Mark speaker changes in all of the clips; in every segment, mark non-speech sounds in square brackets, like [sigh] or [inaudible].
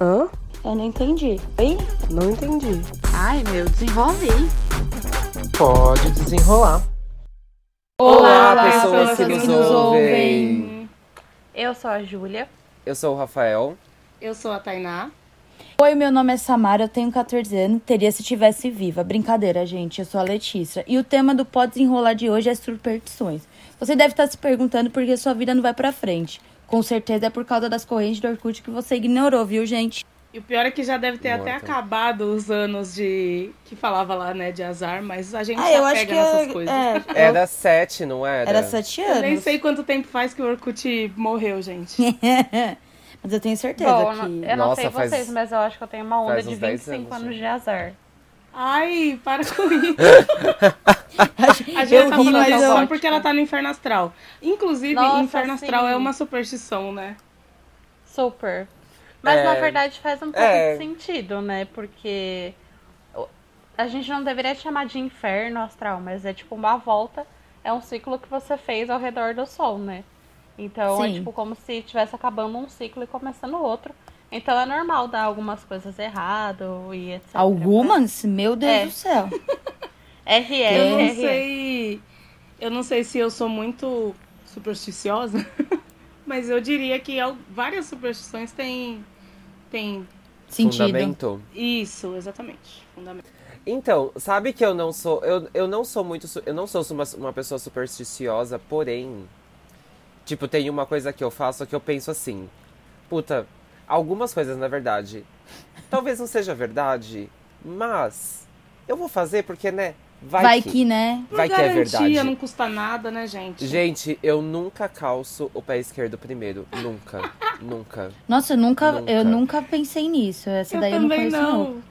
Speaker 1: Hã?
Speaker 2: Eu não entendi. Oi?
Speaker 1: Não entendi.
Speaker 2: Ai, meu, desenvolve.
Speaker 3: Pode desenrolar.
Speaker 4: Olá,
Speaker 3: Olá,
Speaker 4: pessoas
Speaker 3: pessoas
Speaker 4: que
Speaker 3: que
Speaker 4: nos
Speaker 3: nos ouvem.
Speaker 4: ouvem.
Speaker 5: Eu sou a Júlia.
Speaker 3: Eu sou o Rafael.
Speaker 6: Eu sou a Tainá.
Speaker 7: Oi, meu nome é Samara, eu tenho 14 anos, teria se tivesse viva. Brincadeira, gente, eu sou a Letícia. E o tema do Pode Desenrolar de hoje é superstições. Você deve estar se perguntando por que sua vida não vai pra frente. Com certeza é por causa das correntes do Orkut que você ignorou, viu, gente?
Speaker 6: E o pior é que já deve ter até
Speaker 3: Morta.
Speaker 6: acabado os anos de. que falava lá, né, de azar, mas a gente
Speaker 7: Ah,
Speaker 6: se
Speaker 7: eu acho
Speaker 6: apega
Speaker 7: que
Speaker 6: nessas
Speaker 7: eu,
Speaker 6: coisas.
Speaker 7: é,
Speaker 3: Era sete, não era?
Speaker 7: era 7
Speaker 6: Eu nem
Speaker 7: anos.
Speaker 6: sei quanto tempo faz que o Orkut morreu, gente.
Speaker 7: [laughs] Mas eu tenho certeza
Speaker 5: Bom,
Speaker 7: que.
Speaker 5: eu não
Speaker 3: Nossa,
Speaker 5: sei
Speaker 3: faz-
Speaker 5: vocês, mas eu acho que eu tenho uma onda
Speaker 3: faz
Speaker 5: de
Speaker 3: uns 10
Speaker 5: 25 anos,
Speaker 3: anos,
Speaker 5: de azar.
Speaker 6: Ai,
Speaker 7: [laughs]
Speaker 6: para com isso. A
Speaker 7: Eu
Speaker 6: gente tá
Speaker 7: ri,
Speaker 6: falando
Speaker 7: mas
Speaker 6: isso
Speaker 7: eu-
Speaker 6: só porque ela tá no Inferno Astral. Inclusive,
Speaker 5: Nossa,
Speaker 6: Inferno Astral
Speaker 5: sim.
Speaker 6: é uma superstição, né?
Speaker 5: Super. Mas
Speaker 3: É.
Speaker 5: na verdade faz um pouco
Speaker 3: É.
Speaker 5: de sentido, né? Porque o- a gente não deveria chamar de inferno astral, mas é tipo uma volta, é um ciclo que você fez ao redor do sol, né? Então é
Speaker 7: Sim.
Speaker 5: tipo como se estivesse acabando um ciclo e começando outro. Então é normal dar algumas coisas errado e etc.
Speaker 7: Algumas? Meu Deus
Speaker 5: É.
Speaker 7: do céu.
Speaker 5: RR,
Speaker 7: É.
Speaker 6: eu não
Speaker 5: RR.
Speaker 6: sei. Eu não sei se eu sou muito supersticiosa, [laughs] mas eu diria que al- várias superstições têm. têm
Speaker 7: Sentido.
Speaker 3: Fundamento.
Speaker 6: isso, exatamente. Fundamento.
Speaker 3: Então, sabe que eu não sou. Eu, eu não sou muito. su- Eu não sou uma, uma pessoa supersticiosa, porém. Tipo, tem uma coisa que eu faço que eu penso assim. Puta, algumas coisas, na verdade. Talvez não seja verdade, mas. Eu vou fazer porque, né? Vai,
Speaker 7: Vai
Speaker 3: que.
Speaker 7: que, né?
Speaker 6: Por
Speaker 3: Vai que é
Speaker 6: garantia,
Speaker 3: verdade.
Speaker 6: não custa nada, né, gente?
Speaker 3: Gente, eu nunca calço o pé esquerdo primeiro.
Speaker 6: [laughs]
Speaker 3: Nunca. nunca.
Speaker 7: Nossa, eu nunca, eu
Speaker 3: Nunca.
Speaker 7: nunca pensei nisso. Essa
Speaker 6: eu
Speaker 7: daí eu não
Speaker 6: também
Speaker 7: conheço,
Speaker 6: não.
Speaker 7: não.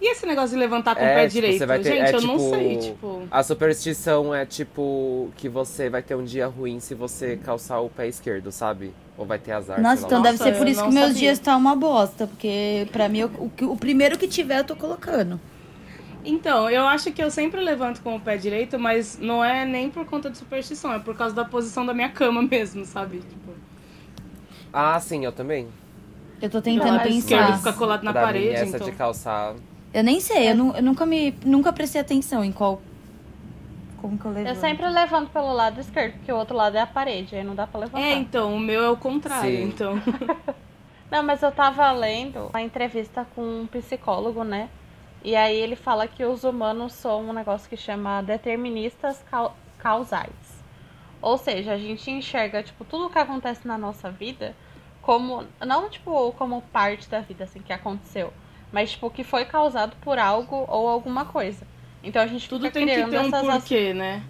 Speaker 6: E esse negócio de levantar com
Speaker 3: É,
Speaker 6: o pé
Speaker 3: tipo,
Speaker 6: direito?
Speaker 3: você vai ter-
Speaker 6: gente,
Speaker 3: é
Speaker 6: eu não
Speaker 3: tipo-
Speaker 6: sei, tipo.
Speaker 3: A superstição é tipo que você vai ter um dia ruim se você calçar o pé esquerdo, sabe? Ou vai ter azar.
Speaker 7: Nossa,
Speaker 3: sei lá.
Speaker 7: então deve ser
Speaker 6: eu
Speaker 7: por isso
Speaker 6: não
Speaker 7: que meus
Speaker 6: sabia.
Speaker 7: dias tá uma bosta, porque pra mim eu- o, que- o primeiro que tiver eu tô colocando.
Speaker 6: Então, eu acho que eu sempre levanto com o pé direito, mas não é nem por conta de superstição, é por causa da posição da minha cama [laughs] mesmo, sabe? Tipo,
Speaker 3: Ah, sim, eu também.
Speaker 7: Eu tô
Speaker 6: o
Speaker 7: tentando
Speaker 6: lado é esquerdo
Speaker 7: pensar.
Speaker 6: fica É. colado na
Speaker 3: pra mim,
Speaker 6: parede,
Speaker 3: essa
Speaker 6: então.
Speaker 3: de calçar.
Speaker 7: Eu nem sei, eu, nu- eu nunca me nunca prestei atenção em qual como que eu levanto.
Speaker 5: Eu sempre levanto pelo lado esquerdo, porque o outro lado é a parede, aí não dá pra levantar.
Speaker 6: É, então, o meu é o contrário,
Speaker 3: Sim.
Speaker 6: então.
Speaker 5: Não, mas eu tava lendo uma entrevista com um psicólogo, né? E aí ele fala que os humanos são um negócio que chama deterministas cau- causais. Ou seja, a gente enxerga, tipo, tudo que acontece na nossa vida como. Não, tipo, como parte da vida, assim, que aconteceu. Mas, tipo, que foi causado por algo ou alguma coisa. Então a gente
Speaker 6: Tudo
Speaker 5: fica
Speaker 6: tem que
Speaker 5: criando
Speaker 6: ter um
Speaker 5: essas ações.
Speaker 6: porquê, né?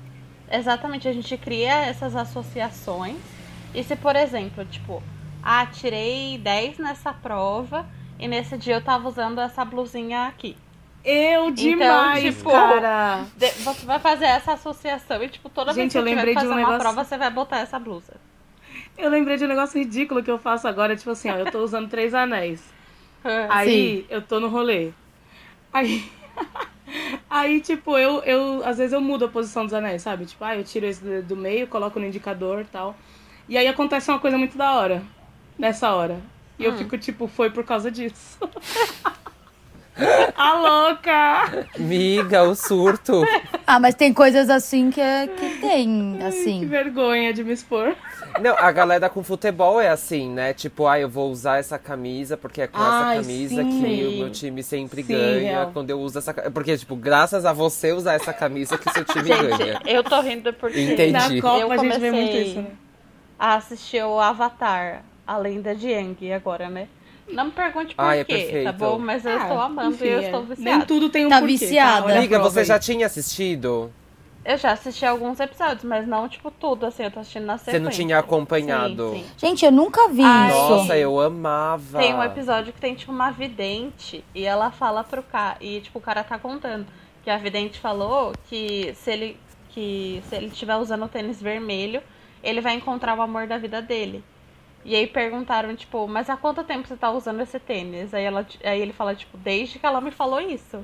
Speaker 5: Exatamente, a gente cria essas associações. E se, por exemplo, tipo, ah, tirei 10 nessa prova e nesse dia eu tava usando essa blusinha aqui.
Speaker 6: Eu demais,
Speaker 5: tipo,
Speaker 6: cara!
Speaker 5: De- você vai fazer essa associação e, tipo, toda
Speaker 6: Gente,
Speaker 5: vez que
Speaker 6: eu
Speaker 5: você
Speaker 6: lembrei
Speaker 5: tiver
Speaker 6: de
Speaker 5: que
Speaker 6: um
Speaker 5: fazer uma
Speaker 6: negócio-
Speaker 5: prova, você vai botar essa blusa.
Speaker 6: Eu lembrei de um negócio ridículo que eu faço agora, tipo assim, ó, eu tô usando três anéis. Aí eu tô no rolê. Aí. [laughs] Aí, tipo, eu, eu. Às vezes eu mudo a posição dos anéis, sabe? Tipo, ah, eu tiro esse do- do meio, coloco no indicador e tal. E aí acontece uma coisa muito da hora. Nessa hora. E
Speaker 5: Ah.
Speaker 6: eu fico, tipo, foi por causa disso. [laughs] a louca!
Speaker 3: Miga, o
Speaker 6: [laughs]
Speaker 3: surto.
Speaker 7: Ah, mas tem coisas assim que é- que tem,
Speaker 6: Que
Speaker 7: assim.
Speaker 6: vergonha de me expor.
Speaker 3: Não, a galera com futebol é assim, né? Tipo, ah, eu vou usar essa camisa porque é com
Speaker 6: Ai,
Speaker 3: essa camisa
Speaker 6: sim.
Speaker 3: que o meu time sempre
Speaker 6: Sim, é.
Speaker 3: ganha.
Speaker 6: real.
Speaker 3: Quando eu uso essa ca- Porque, tipo, graças a você usar essa camisa que seu time ganha.
Speaker 5: Gente, [laughs] eu tô rindo porque
Speaker 3: Entendi.
Speaker 6: Na
Speaker 3: Eu
Speaker 6: Copa a gente vê
Speaker 5: comecei-
Speaker 6: muito isso, né?
Speaker 5: a assistir o Avatar, a lenda de Aang agora, né? Não me pergunte por
Speaker 3: Ah, é
Speaker 5: quê, tá
Speaker 3: perfeito.
Speaker 5: bom? Mas eu
Speaker 6: Ah,
Speaker 5: estou amando
Speaker 6: enfim,
Speaker 5: e eu
Speaker 6: é.
Speaker 5: estou
Speaker 6: Nem
Speaker 5: viciada.
Speaker 6: tudo tem um
Speaker 7: Tá
Speaker 6: porquê.
Speaker 7: viciada.
Speaker 6: Olha a
Speaker 3: Miga,
Speaker 6: prova
Speaker 3: você
Speaker 6: aí.
Speaker 3: já tinha assistido?
Speaker 5: Eu já assisti alguns episódios, mas não, tipo, tudo, assim, eu tô assistindo na
Speaker 3: Você
Speaker 5: sequência.
Speaker 3: não tinha acompanhado?
Speaker 5: Sim, sim.
Speaker 7: Gente, eu nunca vi
Speaker 6: Ah,
Speaker 5: Ai.
Speaker 7: isso.
Speaker 3: Nossa, eu amava.
Speaker 5: Tem um episódio que tem, tipo, uma vidente e ela fala pro cara, e, tipo, o cara tá contando que a vidente falou que se ele que se ele estiver usando o tênis vermelho, ele vai encontrar o amor da vida dele. E aí perguntaram, tipo, mas há quanto tempo você tá usando esse tênis? Aí, ela, aí ele fala, tipo, desde que ela me falou isso.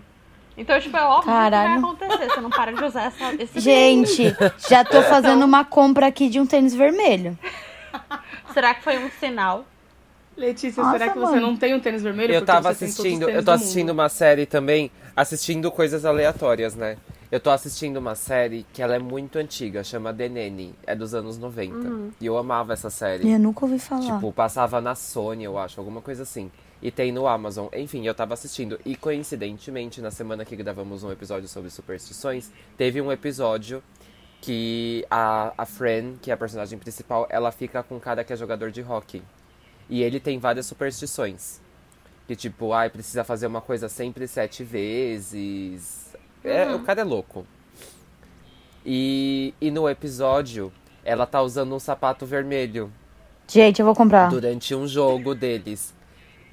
Speaker 5: Então, tipo, é óbvio
Speaker 7: Caralho.
Speaker 5: que vai acontecer. Você não para de usar essa, esse tênis.
Speaker 7: Gente, já
Speaker 3: Então.
Speaker 7: tô fazendo uma compra aqui de um tênis vermelho.
Speaker 5: Será que foi um sinal?
Speaker 6: Letícia,
Speaker 7: Nossa,
Speaker 6: será que você
Speaker 7: mano.
Speaker 6: não tem um tênis vermelho?
Speaker 3: Eu
Speaker 6: Porque
Speaker 3: tava
Speaker 6: você tem todos os
Speaker 3: assistindo,
Speaker 6: tênis
Speaker 3: eu tô
Speaker 6: do mundo.
Speaker 3: assistindo uma série também, assistindo coisas aleatórias, né? Eu tô assistindo uma série que ela é muito antiga, chama The Nanny, é dos anos 90.
Speaker 6: Uhum.
Speaker 3: E eu amava essa série.
Speaker 7: Eu nunca ouvi falar.
Speaker 3: Tipo, passava na Sony, eu acho, alguma coisa assim. E tem no Amazon. Enfim, eu tava assistindo. E coincidentemente, na semana que gravamos um episódio sobre superstições, teve um episódio que a, a Fran, que é a personagem principal, ela fica com um cara que é jogador de hockey. E ele tem várias superstições. Que tipo, ai, precisa fazer uma coisa sempre sete vezes. É, O cara é louco. E, e no episódio, ela tá usando um sapato vermelho
Speaker 7: Gente, eu vou
Speaker 6: Tá.
Speaker 7: comprar.
Speaker 3: durante um jogo deles.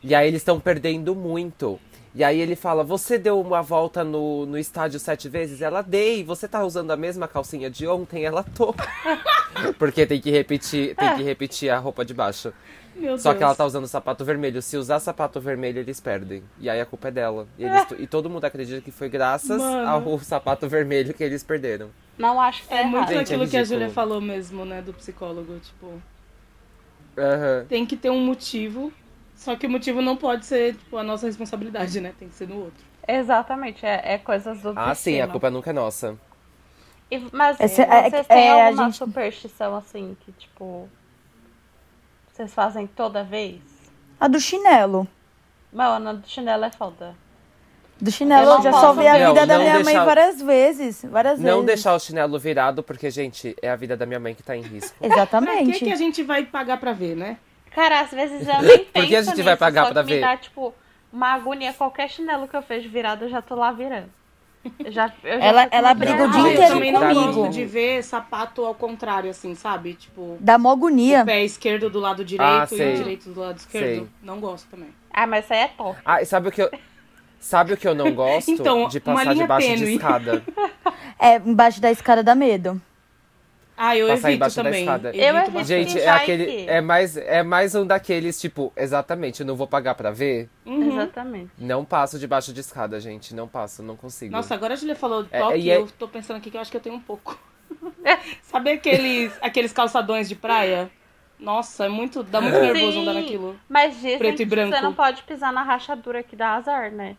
Speaker 3: E aí eles estão perdendo muito. E aí ele fala: Você deu uma volta no, no estádio sete vezes? Ela dei. Você tá usando a mesma calcinha de ontem? Ela tô. [laughs] Porque tem que repetir, tem que repetir a roupa de baixo.
Speaker 6: É. Meu
Speaker 3: Só
Speaker 6: Deus.
Speaker 3: que ela tá usando sapato vermelho. Se usar sapato vermelho, eles perdem. E aí a culpa é dela. E,
Speaker 6: [laughs]
Speaker 3: eles to- e todo mundo acredita que foi graças
Speaker 6: Mano.
Speaker 3: ao sapato vermelho que eles perderam.
Speaker 5: Não acho que tá
Speaker 6: É muito
Speaker 5: errado.
Speaker 3: Gente, é
Speaker 6: aquilo que a
Speaker 3: ridículo.
Speaker 6: Júlia falou mesmo, né? Do psicólogo. Tipo,
Speaker 3: Aham.
Speaker 6: tem que ter um motivo. Só que o motivo não pode ser, tipo, a nossa responsabilidade, né? Tem que ser no outro.
Speaker 5: Exatamente, é, é coisas do
Speaker 3: Ah, sim, a
Speaker 5: destino.
Speaker 3: culpa nunca é nossa.
Speaker 5: E- mas
Speaker 7: Essa- é-
Speaker 5: vocês têm
Speaker 7: é, a
Speaker 5: alguma
Speaker 7: gente-
Speaker 5: superstição assim que, tipo, vocês fazem toda vez?
Speaker 7: A do chinelo.
Speaker 5: Mano, a do chinelo é foda.
Speaker 7: Do chinelo,
Speaker 5: Eu
Speaker 7: eu já
Speaker 5: não
Speaker 7: salvei a
Speaker 5: posso-
Speaker 7: vida
Speaker 3: Não,
Speaker 7: da
Speaker 3: não
Speaker 7: minha
Speaker 3: deixar-
Speaker 7: mãe várias vezes. Várias
Speaker 3: Não
Speaker 7: vezes.
Speaker 3: deixar o chinelo virado, porque, gente, é a vida da minha mãe que tá em risco.
Speaker 6: Pra que,
Speaker 7: Exatamente.
Speaker 6: que a gente vai pagar pra ver, né?
Speaker 5: Cara, às vezes
Speaker 3: [laughs]
Speaker 5: eu nem penso
Speaker 3: Por que a gente
Speaker 5: nisso,
Speaker 3: vai pagar
Speaker 5: só que
Speaker 3: pra
Speaker 5: me
Speaker 3: ver?
Speaker 5: dá, tipo, uma agonia. Qualquer chinelo que eu vejo virado, eu já tô lá virando. Eu já, eu já
Speaker 7: Ela-
Speaker 5: fico
Speaker 7: ela
Speaker 5: uma
Speaker 7: briga o
Speaker 5: brava.
Speaker 7: dia
Speaker 6: Ah, eu
Speaker 7: inteiro
Speaker 6: também não
Speaker 3: comigo.
Speaker 6: gosto de ver sapato ao contrário, assim, sabe? Tipo,
Speaker 7: Dá mó agonia.
Speaker 6: o pé esquerdo do lado direito
Speaker 3: Ah,
Speaker 6: e
Speaker 3: sei.
Speaker 6: o direito do lado esquerdo.
Speaker 3: Sei.
Speaker 6: Não gosto também.
Speaker 5: Ah, mas isso aí é top.
Speaker 3: Ah, e sabe o que eu. Sabe o que eu não gosto?
Speaker 6: Então,
Speaker 3: de
Speaker 6: uma
Speaker 3: passar
Speaker 6: linha
Speaker 3: debaixo de
Speaker 6: tênue.
Speaker 3: escada.
Speaker 7: É, embaixo da escada dá medo.
Speaker 6: Ah, eu
Speaker 3: Passar
Speaker 6: evito
Speaker 3: embaixo da
Speaker 6: também.
Speaker 3: escada.
Speaker 5: Eu evito
Speaker 6: bastante.
Speaker 3: Gente, é
Speaker 5: Vai
Speaker 3: aquele.
Speaker 5: que-
Speaker 3: É mais, é mais um daqueles, tipo, exatamente, eu não vou pagar pra ver.
Speaker 6: Uhum.
Speaker 5: Exatamente.
Speaker 3: Não passo debaixo de escada, gente. Não passo, não consigo.
Speaker 6: Nossa, agora a Julia falou
Speaker 3: É,
Speaker 6: toque
Speaker 3: e
Speaker 6: e
Speaker 3: é-
Speaker 6: eu tô pensando aqui que eu acho que eu tenho um pouco. [laughs] Sabe aqueles, aqueles calçadões de praia? Nossa, é muito. Dá muito nervoso
Speaker 5: Sim.
Speaker 6: andar naquilo.
Speaker 5: Mas dizem
Speaker 6: Preto e
Speaker 5: que
Speaker 6: branco.
Speaker 5: você não pode pisar na rachadura que dá azar, né?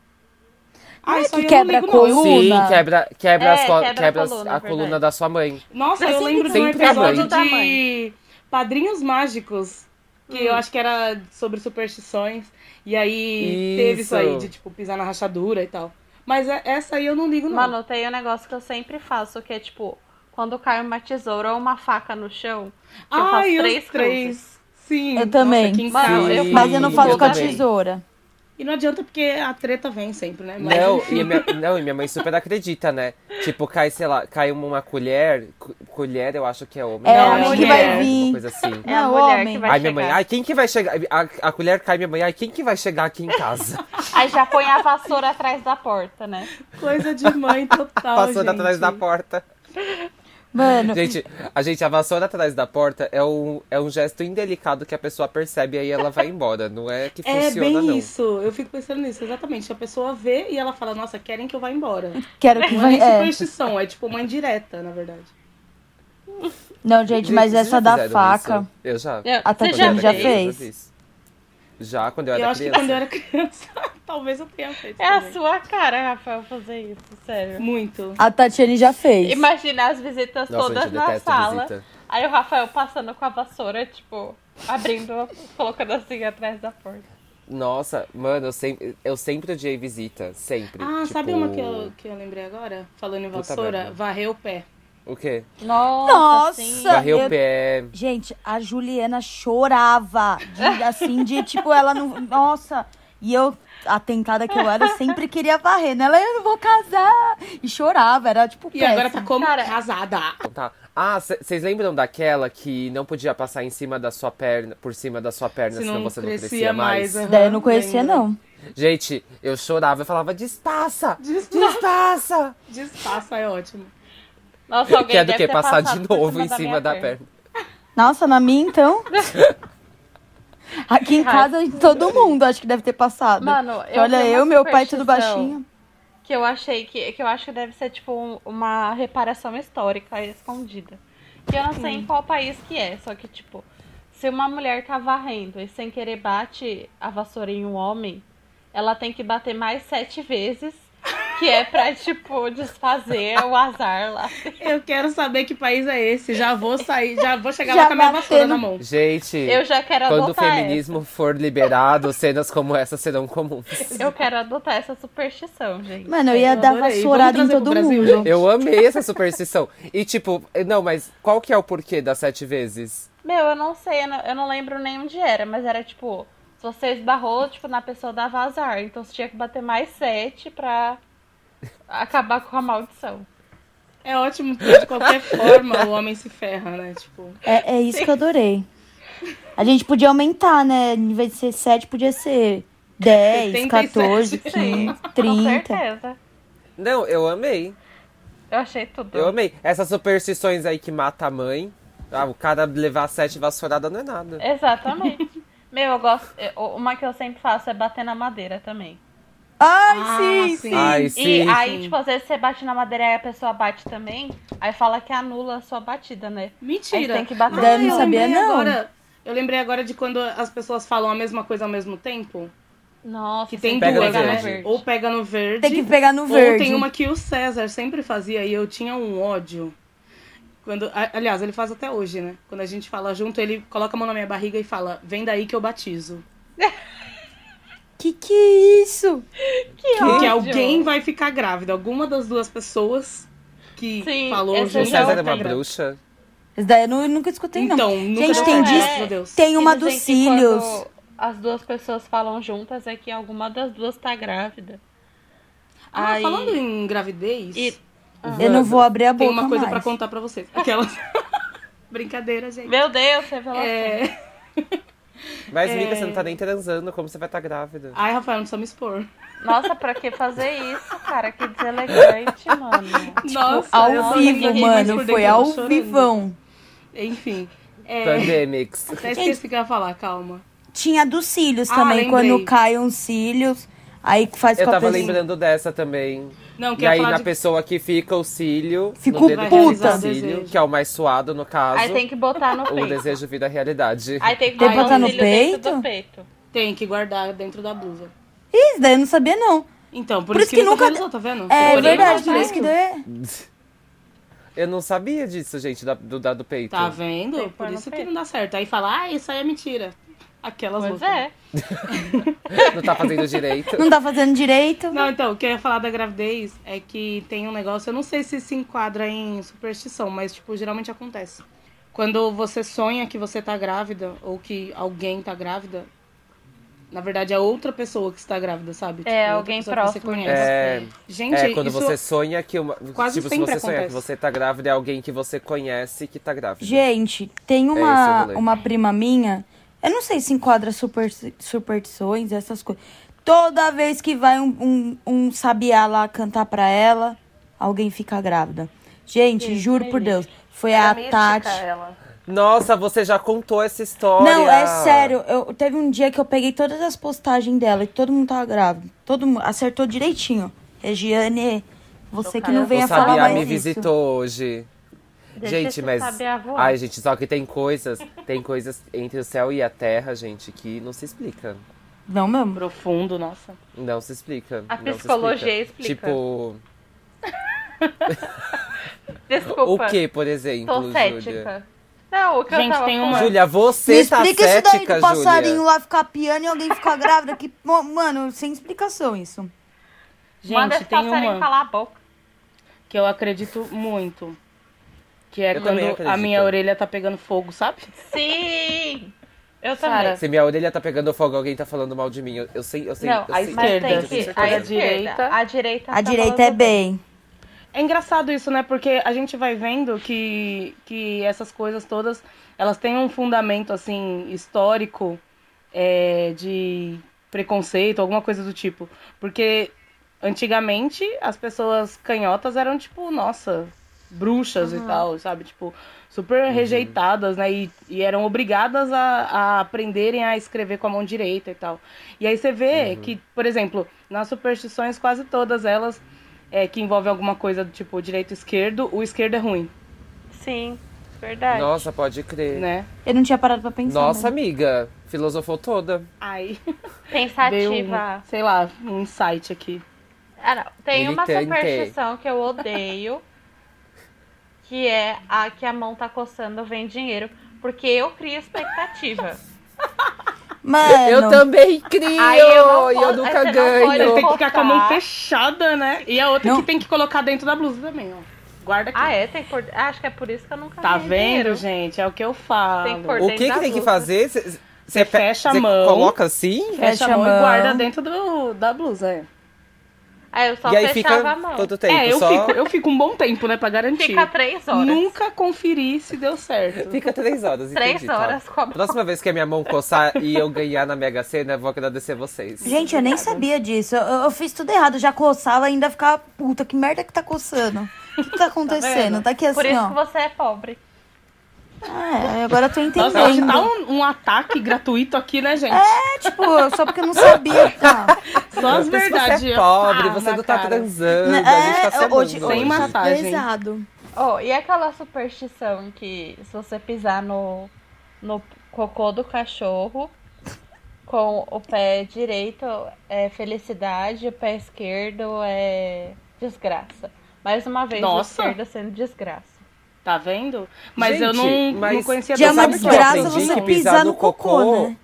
Speaker 7: Não
Speaker 6: Ah,
Speaker 7: é
Speaker 6: isso aí
Speaker 7: que
Speaker 6: eu não
Speaker 7: quebra
Speaker 6: ligo,
Speaker 7: a
Speaker 6: não.
Speaker 7: coluna.
Speaker 3: Sim, quebra, quebra,
Speaker 5: É,
Speaker 3: as co-
Speaker 5: quebra a
Speaker 3: quebra as-
Speaker 5: coluna,
Speaker 3: a coluna
Speaker 5: verdade.
Speaker 3: da sua mãe.
Speaker 6: Nossa, eu lembro de um
Speaker 3: Sempre
Speaker 6: episódio
Speaker 5: tamanho.
Speaker 6: de Padrinhos Mágicos. Que eu acho que era sobre superstições. E aí teve isso aí
Speaker 3: Isso.
Speaker 6: de, tipo, pisar na rachadura e tal. Mas é- essa aí eu não
Speaker 7: Hum.
Speaker 6: ligo, não.
Speaker 5: Mano, tem um negócio que eu sempre faço, que é tipo, quando cai uma tesoura ou uma faca no chão, que eu faço
Speaker 6: Ai,
Speaker 5: três
Speaker 6: os três. Sim.
Speaker 7: Eu também.
Speaker 6: Nossa, que
Speaker 5: Mano,
Speaker 6: inferno.
Speaker 5: eu
Speaker 3: Sim.
Speaker 7: Mas eu não
Speaker 3: Sim,
Speaker 7: faço
Speaker 3: eu
Speaker 7: com a
Speaker 3: também.
Speaker 7: tesoura.
Speaker 6: E não adianta porque a treta vem sempre, né? Mas-
Speaker 3: Não,
Speaker 6: [laughs]
Speaker 3: e minha, não, e minha mãe super acredita, né? Tipo, cai, sei lá, cai uma colher. cu- Colher, eu acho que é homem.
Speaker 7: É,
Speaker 3: né?
Speaker 6: a
Speaker 3: Acho
Speaker 6: mãe
Speaker 3: que
Speaker 6: que vai
Speaker 3: é,
Speaker 7: vir.
Speaker 3: alguma coisa assim.
Speaker 5: É a
Speaker 7: Não,
Speaker 5: mulher
Speaker 7: homem.
Speaker 5: que vai
Speaker 3: ai,
Speaker 5: chegar.
Speaker 3: minha mãe, ai, quem que vai chegar? A, a colher cai, minha mãe, ai, quem que vai chegar aqui em casa?
Speaker 5: Aí já põe a vassoura atrás da porta, né?
Speaker 6: Coisa de mãe total.
Speaker 3: Passando
Speaker 6: Tá, gente.
Speaker 3: atrás da porta.
Speaker 7: Mano,
Speaker 3: Gente, a gente, a vassoura atrás da porta é um, é um gesto indelicado que a pessoa percebe e aí ela vai embora. Não é que
Speaker 6: É
Speaker 3: funciona,
Speaker 6: bem
Speaker 3: não.
Speaker 6: isso. Eu fico pensando nisso, exatamente. A pessoa vê e ela fala, nossa, querem que eu vá embora.
Speaker 7: [laughs] quero que
Speaker 6: Não é
Speaker 7: vai.
Speaker 6: nem
Speaker 7: É.
Speaker 6: superstição, é tipo uma indireta, na verdade.
Speaker 7: Não, gente, mas
Speaker 3: vocês
Speaker 7: essa
Speaker 3: já
Speaker 7: da
Speaker 3: fizeram
Speaker 7: faca.
Speaker 3: isso? Eu
Speaker 7: A
Speaker 3: já.
Speaker 5: Eu- Você
Speaker 3: Quando
Speaker 7: Tatiana
Speaker 3: eu
Speaker 5: já
Speaker 3: era
Speaker 7: já
Speaker 3: criança,
Speaker 7: fez?
Speaker 3: eu fiz. Já, quando eu
Speaker 6: Eu
Speaker 3: era
Speaker 6: acho que
Speaker 3: criança.
Speaker 6: quando eu era criança, [laughs] talvez eu tenha feito.
Speaker 5: É a
Speaker 6: também.
Speaker 5: sua cara, Rafael, fazer isso, sério.
Speaker 6: Muito.
Speaker 7: A Tatiane já fez.
Speaker 5: Imagina as visitas
Speaker 3: Nossa,
Speaker 5: todas
Speaker 3: gente, eu
Speaker 5: na
Speaker 3: detesto
Speaker 5: sala.
Speaker 3: visita.
Speaker 5: Aí o Rafael passando com a vassoura, tipo, abrindo, colocando assim atrás da porta.
Speaker 3: Nossa, mano, eu sempre, eu sempre odiei visita. Sempre.
Speaker 6: Ah,
Speaker 3: Tipo,
Speaker 6: sabe uma que eu, que eu lembrei agora? Falando em
Speaker 3: Puta
Speaker 6: vassoura,
Speaker 3: merda.
Speaker 6: varrer o pé.
Speaker 3: O quê?
Speaker 5: Nossa! sim.
Speaker 7: Nossa!
Speaker 3: Varreu o
Speaker 7: Então, eu-
Speaker 3: pé.
Speaker 7: Gente, a Juliana chorava. de- assim, de tipo, ela não. Nossa! E eu, atentada que eu era, eu sempre queria varrer. né? Ela, eu não vou casar. E chorava, era tipo.
Speaker 6: E agora tá
Speaker 7: péssimo.
Speaker 6: como
Speaker 5: Cara-
Speaker 6: casada.
Speaker 3: Tá. Ah, vocês lembram daquela que não podia passar em cima da sua perna, por cima da sua perna,
Speaker 6: Se
Speaker 3: senão
Speaker 6: não
Speaker 3: você não
Speaker 6: crescia
Speaker 3: crescia mais?
Speaker 6: mais,
Speaker 7: Daí eu não conhecia,
Speaker 6: Lembra?
Speaker 7: não.
Speaker 3: Gente, eu chorava, eu falava, despaça!
Speaker 6: Despa-
Speaker 3: Despaça!
Speaker 6: Despaça é ótimo.
Speaker 5: Nossa, alguém
Speaker 3: que é do
Speaker 5: deve
Speaker 3: que?
Speaker 5: ter
Speaker 3: Passar de
Speaker 5: passado por
Speaker 3: novo em
Speaker 5: minha
Speaker 3: cima da perna.
Speaker 7: Nossa, na minha então. Aqui em casa, todo mundo acho que deve ter passado.
Speaker 5: Mano,
Speaker 7: Porque
Speaker 5: eu
Speaker 7: Olha,
Speaker 5: vi
Speaker 7: eu,
Speaker 5: uma
Speaker 7: meu pai, tudo
Speaker 5: superstição.
Speaker 7: baixinho.
Speaker 5: Que eu achei que, que eu acho que deve ser tipo um- uma reparação histórica escondida. Que eu não sei em qual país que é, só que tipo, se uma mulher tá varrendo e sem querer bate a vassoura em um homem, ela tem que bater mais sete vezes, que é pra, [laughs] tipo, desfazer o azar lá.
Speaker 6: Eu quero saber que país é esse. Já vou sair, já vou chegar
Speaker 7: Já
Speaker 6: lá com a minha
Speaker 7: bateu
Speaker 6: vassoura
Speaker 7: no-
Speaker 6: na mão.
Speaker 3: Gente,
Speaker 5: Eu já quero
Speaker 3: quando o
Speaker 5: adotar
Speaker 3: feminismo for liberado, cenas como essa serão comuns.
Speaker 5: essa. Eu quero adotar essa superstição, gente.
Speaker 7: Mano, eu ia
Speaker 6: Eu
Speaker 7: dar
Speaker 6: adorei.
Speaker 7: vassourada em
Speaker 6: Vamos
Speaker 7: todo
Speaker 6: trazer pro
Speaker 7: mundo.
Speaker 6: Brasil, gente.
Speaker 3: Eu amei essa superstição. E tipo, não, mas qual que é o porquê das sete vezes?
Speaker 5: Meu, eu não sei, eu não, eu não lembro nem onde era, mas era tipo, se você esbarrou, tipo, na pessoa dava azar. Então você tinha que bater mais sete pra acabar com a maldição. [laughs]
Speaker 6: É ótimo, porque de qualquer forma o homem se ferra, né? Tipo,
Speaker 7: É, é isso que eu adorei. A gente podia aumentar, né? Em vez de ser 7, podia ser 10,
Speaker 6: 77. [laughs]
Speaker 7: 14, 15,
Speaker 5: Com
Speaker 7: 30.
Speaker 5: certeza.
Speaker 3: Não, eu amei.
Speaker 5: Eu achei
Speaker 3: [laughs]
Speaker 5: tudo.
Speaker 3: Eu amei. Essas superstições aí que mata a mãe. Ah, o cara levar sete vassouradas não é nada.
Speaker 5: Exatamente. Meu, eu gosto. eu- Uma que eu sempre faço é bater na madeira também.
Speaker 7: Ai,
Speaker 6: Ah,
Speaker 7: sim,
Speaker 6: sim.
Speaker 7: sim.
Speaker 3: Ai,
Speaker 5: e
Speaker 3: sim.
Speaker 5: aí,
Speaker 6: sim.
Speaker 5: tipo, às vezes você bate na madeira e a pessoa bate também, aí fala que anula a sua batida, né? Aí você
Speaker 6: mentira.
Speaker 5: tem que bater.
Speaker 7: Daí eu não
Speaker 6: eu
Speaker 7: sabia,
Speaker 6: lembrei
Speaker 7: não.
Speaker 6: Agora, eu lembrei agora de quando as pessoas falam a mesma coisa ao mesmo tempo.
Speaker 5: Nossa,
Speaker 6: Que tem
Speaker 5: você
Speaker 3: Pega no
Speaker 6: duas,
Speaker 5: pegar
Speaker 6: né?
Speaker 3: verde.
Speaker 6: Ou pega no verde.
Speaker 7: Tem que pegar no
Speaker 6: Ou
Speaker 7: verde.
Speaker 6: tem uma que o César sempre fazia e eu tinha um ódio. Quando, a- aliás, ele faz até hoje, né? Quando a gente fala junto, ele coloca a mão na minha barriga e fala: Vem daí que eu batizo.
Speaker 7: Que que é isso?
Speaker 5: Que
Speaker 6: Porque
Speaker 5: ódio.
Speaker 6: alguém vai ficar grávida. Alguma das duas pessoas que
Speaker 5: Sim,
Speaker 6: falou
Speaker 5: essa
Speaker 3: O
Speaker 6: junto.
Speaker 5: já
Speaker 3: César é
Speaker 5: outra
Speaker 3: uma
Speaker 5: grande.
Speaker 3: bruxa.
Speaker 7: Isso daí eu, não, eu nunca escutei, não.
Speaker 6: Então, nunca
Speaker 7: Gente,
Speaker 6: vou
Speaker 7: tem
Speaker 6: falar,
Speaker 5: disso?
Speaker 6: graças a Deus.
Speaker 7: Tem uma
Speaker 5: Dizem
Speaker 7: dos
Speaker 5: que quando
Speaker 7: cílios.
Speaker 5: As duas pessoas falam juntas é que alguma das duas tá grávida.
Speaker 6: Ah,
Speaker 5: Ai.
Speaker 6: falando em gravidez,
Speaker 5: E-
Speaker 7: Eu não vou abrir a boca
Speaker 6: Ah. tem uma coisa
Speaker 7: mais.
Speaker 6: pra contar pra vocês. Aquelas. [laughs] Brincadeira, gente.
Speaker 5: Meu Deus, revelação.
Speaker 6: É...
Speaker 3: Mas, Mica, você não
Speaker 5: É.
Speaker 3: tá nem transando, como você vai estar grávida?
Speaker 6: Ai, Rafael, não precisa me expor.
Speaker 5: Nossa, pra que fazer isso, cara? Que deselegante, mano.
Speaker 7: Tipo,
Speaker 6: Nossa, eu
Speaker 7: Ao
Speaker 6: tô-
Speaker 7: vivo,
Speaker 6: fiquei mais por
Speaker 7: mano.
Speaker 6: dentro,
Speaker 7: Foi
Speaker 6: eu tô
Speaker 7: ao
Speaker 6: chorando.
Speaker 7: vivão.
Speaker 6: Enfim.
Speaker 3: Tá.
Speaker 6: É...
Speaker 3: Pandemics.
Speaker 6: Até esqueci o que eu ia falar, calma.
Speaker 7: Tinha dos cílios
Speaker 6: Ah,
Speaker 7: também,
Speaker 6: lembrei.
Speaker 7: quando caem uns cílios. Aí faz
Speaker 3: Eu
Speaker 7: com a
Speaker 3: tava
Speaker 7: pessoa.
Speaker 3: lembrando dessa também.
Speaker 5: Então,
Speaker 6: Não,
Speaker 3: E
Speaker 6: queria
Speaker 3: aí,
Speaker 6: falar
Speaker 3: na
Speaker 6: de...
Speaker 3: pessoa que fica o cílio,
Speaker 7: Ficou
Speaker 3: no dedo que
Speaker 7: puta.
Speaker 3: fica o cílio,
Speaker 6: Desejo.
Speaker 3: que é o mais suado, no caso.
Speaker 5: Aí tem que botar no
Speaker 3: O
Speaker 5: peito.
Speaker 3: desejo vira realidade.
Speaker 5: Aí tem que
Speaker 7: Tem que
Speaker 5: botar
Speaker 7: botar no
Speaker 5: o cílio dentro
Speaker 7: peito?
Speaker 5: do peito.
Speaker 6: Tem que guardar dentro da blusa.
Speaker 7: Isso daí eu não sabia, não.
Speaker 6: Então, por,
Speaker 7: Por
Speaker 6: isso,
Speaker 7: isso
Speaker 6: que,
Speaker 7: que
Speaker 6: nunca
Speaker 7: nunca-
Speaker 6: realizou, tá vendo?
Speaker 7: É
Speaker 6: Por isso
Speaker 7: verdade,
Speaker 6: que não
Speaker 7: por isso que
Speaker 6: realizou.
Speaker 7: deu. é-
Speaker 3: Eu não sabia disso, gente, da, do, da do peito.
Speaker 6: Tá vendo?
Speaker 5: Tem que
Speaker 6: por
Speaker 5: pôr no
Speaker 6: isso que
Speaker 5: peito.
Speaker 6: não dá certo. Aí fala, ah, isso aí é mentira. Aquelas
Speaker 5: Pois
Speaker 6: loucas.
Speaker 5: é.
Speaker 3: Não tá fazendo direito.
Speaker 5: [laughs]
Speaker 7: Não tá fazendo direito.
Speaker 6: Não, então, o que eu ia falar da gravidez é que tem um negócio, eu não sei se se enquadra em superstição, mas, tipo, geralmente acontece. Quando você sonha que você tá grávida, ou que alguém tá grávida, na verdade é outra pessoa que está grávida, sabe? Tipo,
Speaker 5: É,
Speaker 6: outra
Speaker 5: alguém
Speaker 6: pessoa que você
Speaker 5: próximo.
Speaker 6: conhece.
Speaker 3: É,
Speaker 6: Gente,
Speaker 3: é, quando
Speaker 6: isso...
Speaker 3: você sonha que uma.
Speaker 6: quase
Speaker 3: tipo, se
Speaker 6: sempre
Speaker 3: você sonha que
Speaker 6: acontece.
Speaker 3: você tá grávida, é alguém que você conhece que tá grávida.
Speaker 7: Gente, tem
Speaker 3: esse o
Speaker 7: uma,
Speaker 3: rolê.
Speaker 7: uma prima minha, eu não sei se enquadra super, superstições, essas coisas. Toda vez que vai um, um, um sabiá lá cantar pra ela, alguém fica grávida. Gente, juro por Deus, foi É a Tati.
Speaker 5: Ela.
Speaker 3: Nossa, você já contou essa história.
Speaker 7: Não, é sério, eu, teve um dia que eu peguei todas as postagens dela e todo mundo tava grávido. Todo mundo acertou direitinho. Regiane, você que não
Speaker 5: Chocada.
Speaker 7: venha
Speaker 3: o
Speaker 7: falar
Speaker 3: Sabiá
Speaker 7: mais
Speaker 3: me
Speaker 7: isso.
Speaker 3: visitou hoje.
Speaker 5: Deixa
Speaker 3: gente,
Speaker 5: esse
Speaker 3: mas.
Speaker 5: sabiá voar.
Speaker 3: Ai, gente, só que tem coisas. Tem coisas entre o céu e a terra, gente, que não se explica.
Speaker 7: Não, mesmo.
Speaker 6: Profundo, nossa.
Speaker 3: Não se explica.
Speaker 5: A
Speaker 3: não se
Speaker 5: psicologia explica.
Speaker 3: Tipo,
Speaker 5: Desculpa.
Speaker 3: o que, por exemplo,
Speaker 5: Tô
Speaker 3: Júlia?
Speaker 5: cética. Não, o que eu
Speaker 6: Gente,
Speaker 5: tava
Speaker 6: tem uma-
Speaker 5: falando-
Speaker 3: Júlia,
Speaker 7: Me
Speaker 3: você tá
Speaker 7: explica isso daí
Speaker 3: cética,
Speaker 7: do passarinho lá ficar piano e alguém ficar grávida. Que, mo- mano, sem explicação isso.
Speaker 6: Gente,
Speaker 5: Manda esse
Speaker 6: tem
Speaker 5: passarinho
Speaker 6: uma
Speaker 5: calar a boca.
Speaker 6: que eu acredito muito. Que é
Speaker 3: Eu também
Speaker 6: quando a
Speaker 3: acredito.
Speaker 6: minha orelha tá pegando fogo, sabe?
Speaker 5: Sim! Eu
Speaker 6: Cara,
Speaker 5: também.
Speaker 3: Júlia. Se minha orelha tá pegando fogo, alguém tá falando mal de mim. Eu, eu sei, eu sei.
Speaker 5: Não,
Speaker 3: eu
Speaker 5: a
Speaker 3: sei,
Speaker 5: esquerda,
Speaker 3: eu tenho
Speaker 5: mas tem que,
Speaker 3: certeza.
Speaker 5: a,
Speaker 6: a
Speaker 5: esquerda.
Speaker 6: direita.
Speaker 5: A direita,
Speaker 7: A
Speaker 5: tá
Speaker 7: direita
Speaker 5: falando
Speaker 7: é bem.
Speaker 6: É engraçado isso, né? Porque a gente vai vendo que, que essas coisas todas, elas têm um fundamento, assim, histórico é, de preconceito, alguma coisa do tipo. Porque antigamente as pessoas canhotas eram, tipo, nossa, bruxas e tal, sabe? Tipo, super rejeitadas, né? E, e eram obrigadas a, a aprenderem a escrever com a mão direita e tal. E aí você vê que, por exemplo, nas superstições, quase todas elas é, que envolvem alguma coisa do tipo direito e esquerdo, o esquerdo é ruim.
Speaker 5: Sim. Verdade.
Speaker 3: Nossa, pode crer.
Speaker 6: né?
Speaker 7: Eu não tinha parado pra pensar.
Speaker 3: Nossa,
Speaker 7: né?
Speaker 3: amiga, filosofou toda.
Speaker 6: Aí deu, um,
Speaker 5: Pensativa.
Speaker 6: sei lá, um insight aqui.
Speaker 5: Ah, não. Tem uma
Speaker 3: Militante.
Speaker 5: superstição que eu odeio, que é a que a mão tá coçando vem dinheiro, porque eu crio expectativa.
Speaker 7: Mano,
Speaker 3: eu também crio!
Speaker 5: Aí eu não
Speaker 3: e eu
Speaker 5: posso-
Speaker 3: nunca
Speaker 5: aí você não pode-
Speaker 3: ganho.
Speaker 6: Tem que
Speaker 5: cortar.
Speaker 6: ficar com a mão fechada, né? E a outra
Speaker 7: Não.
Speaker 6: que tem que colocar dentro da blusa também, ó. Guarda aqui.
Speaker 5: Ah, é? Tem que pôr... ah, Acho que é por isso que eu nunca
Speaker 6: Tá
Speaker 5: ganhei
Speaker 6: vendo,
Speaker 5: dinheiro.
Speaker 6: gente? É o que eu
Speaker 5: Tem que
Speaker 6: falo.
Speaker 5: pôr-
Speaker 3: O
Speaker 5: dentro
Speaker 3: que,
Speaker 5: da
Speaker 3: que tem que
Speaker 5: blusa.
Speaker 3: fazer? Você
Speaker 6: fecha a mão.
Speaker 3: Coloca assim?
Speaker 6: Fecha a mão e guarda dentro do, da blusa, é.
Speaker 5: Aí eu só
Speaker 3: e aí
Speaker 5: fechava
Speaker 3: fica
Speaker 5: a mão.
Speaker 3: quanto tempo?
Speaker 6: é, eu,
Speaker 3: Só
Speaker 6: fico, eu fico um bom tempo, né, pra garantir.
Speaker 5: Fica três horas.
Speaker 6: Nunca conferi se deu certo.
Speaker 3: Fica três horas,
Speaker 5: Três
Speaker 3: entendi, tá?
Speaker 5: horas com a mão.
Speaker 3: Próxima vez que a minha mão coçar e eu ganhar na Mega Sena, eu vou agradecer vocês.
Speaker 7: Gente, eu nem sabia disso. Eu, eu fiz tudo errado. Já coçava e ainda ficava puta. Que merda que tá coçando? O que, que tá acontecendo? Tá, aqui assim,
Speaker 5: Por isso
Speaker 7: ó.
Speaker 5: que você é pobre.
Speaker 7: É, agora eu tô entendendo.
Speaker 6: Nossa, hoje tá um, um ataque gratuito aqui, né, gente?
Speaker 7: É, tipo, só porque eu não
Speaker 3: [laughs]
Speaker 7: sabia. Tá.
Speaker 6: Só as
Speaker 3: Por isso
Speaker 6: verdades.
Speaker 3: Você é
Speaker 6: ó,
Speaker 3: pobre,
Speaker 6: pá,
Speaker 3: você
Speaker 6: na
Speaker 3: não tá
Speaker 6: cara.
Speaker 3: transando. a gente tá se
Speaker 7: É,
Speaker 3: amando
Speaker 7: hoje,
Speaker 3: hoje.
Speaker 7: hoje
Speaker 6: Sem
Speaker 7: tá
Speaker 6: massagem.
Speaker 7: pesado.
Speaker 5: Oh, e aquela superstição que se você pisar no, no cocô do cachorro com o pé direito é felicidade, o pé esquerdo é desgraça. Mais uma vez,
Speaker 6: Nossa.
Speaker 5: o esquerdo sendo desgraça.
Speaker 6: Tá vendo? Mas eu não,
Speaker 3: Gente,
Speaker 6: não
Speaker 3: mas
Speaker 6: conhecia
Speaker 7: Já é uma
Speaker 6: dessa
Speaker 3: sabe o que
Speaker 7: desgraça
Speaker 3: eu
Speaker 6: opção.
Speaker 3: aprendi?
Speaker 7: você
Speaker 3: Que
Speaker 7: pisar no cocô, né?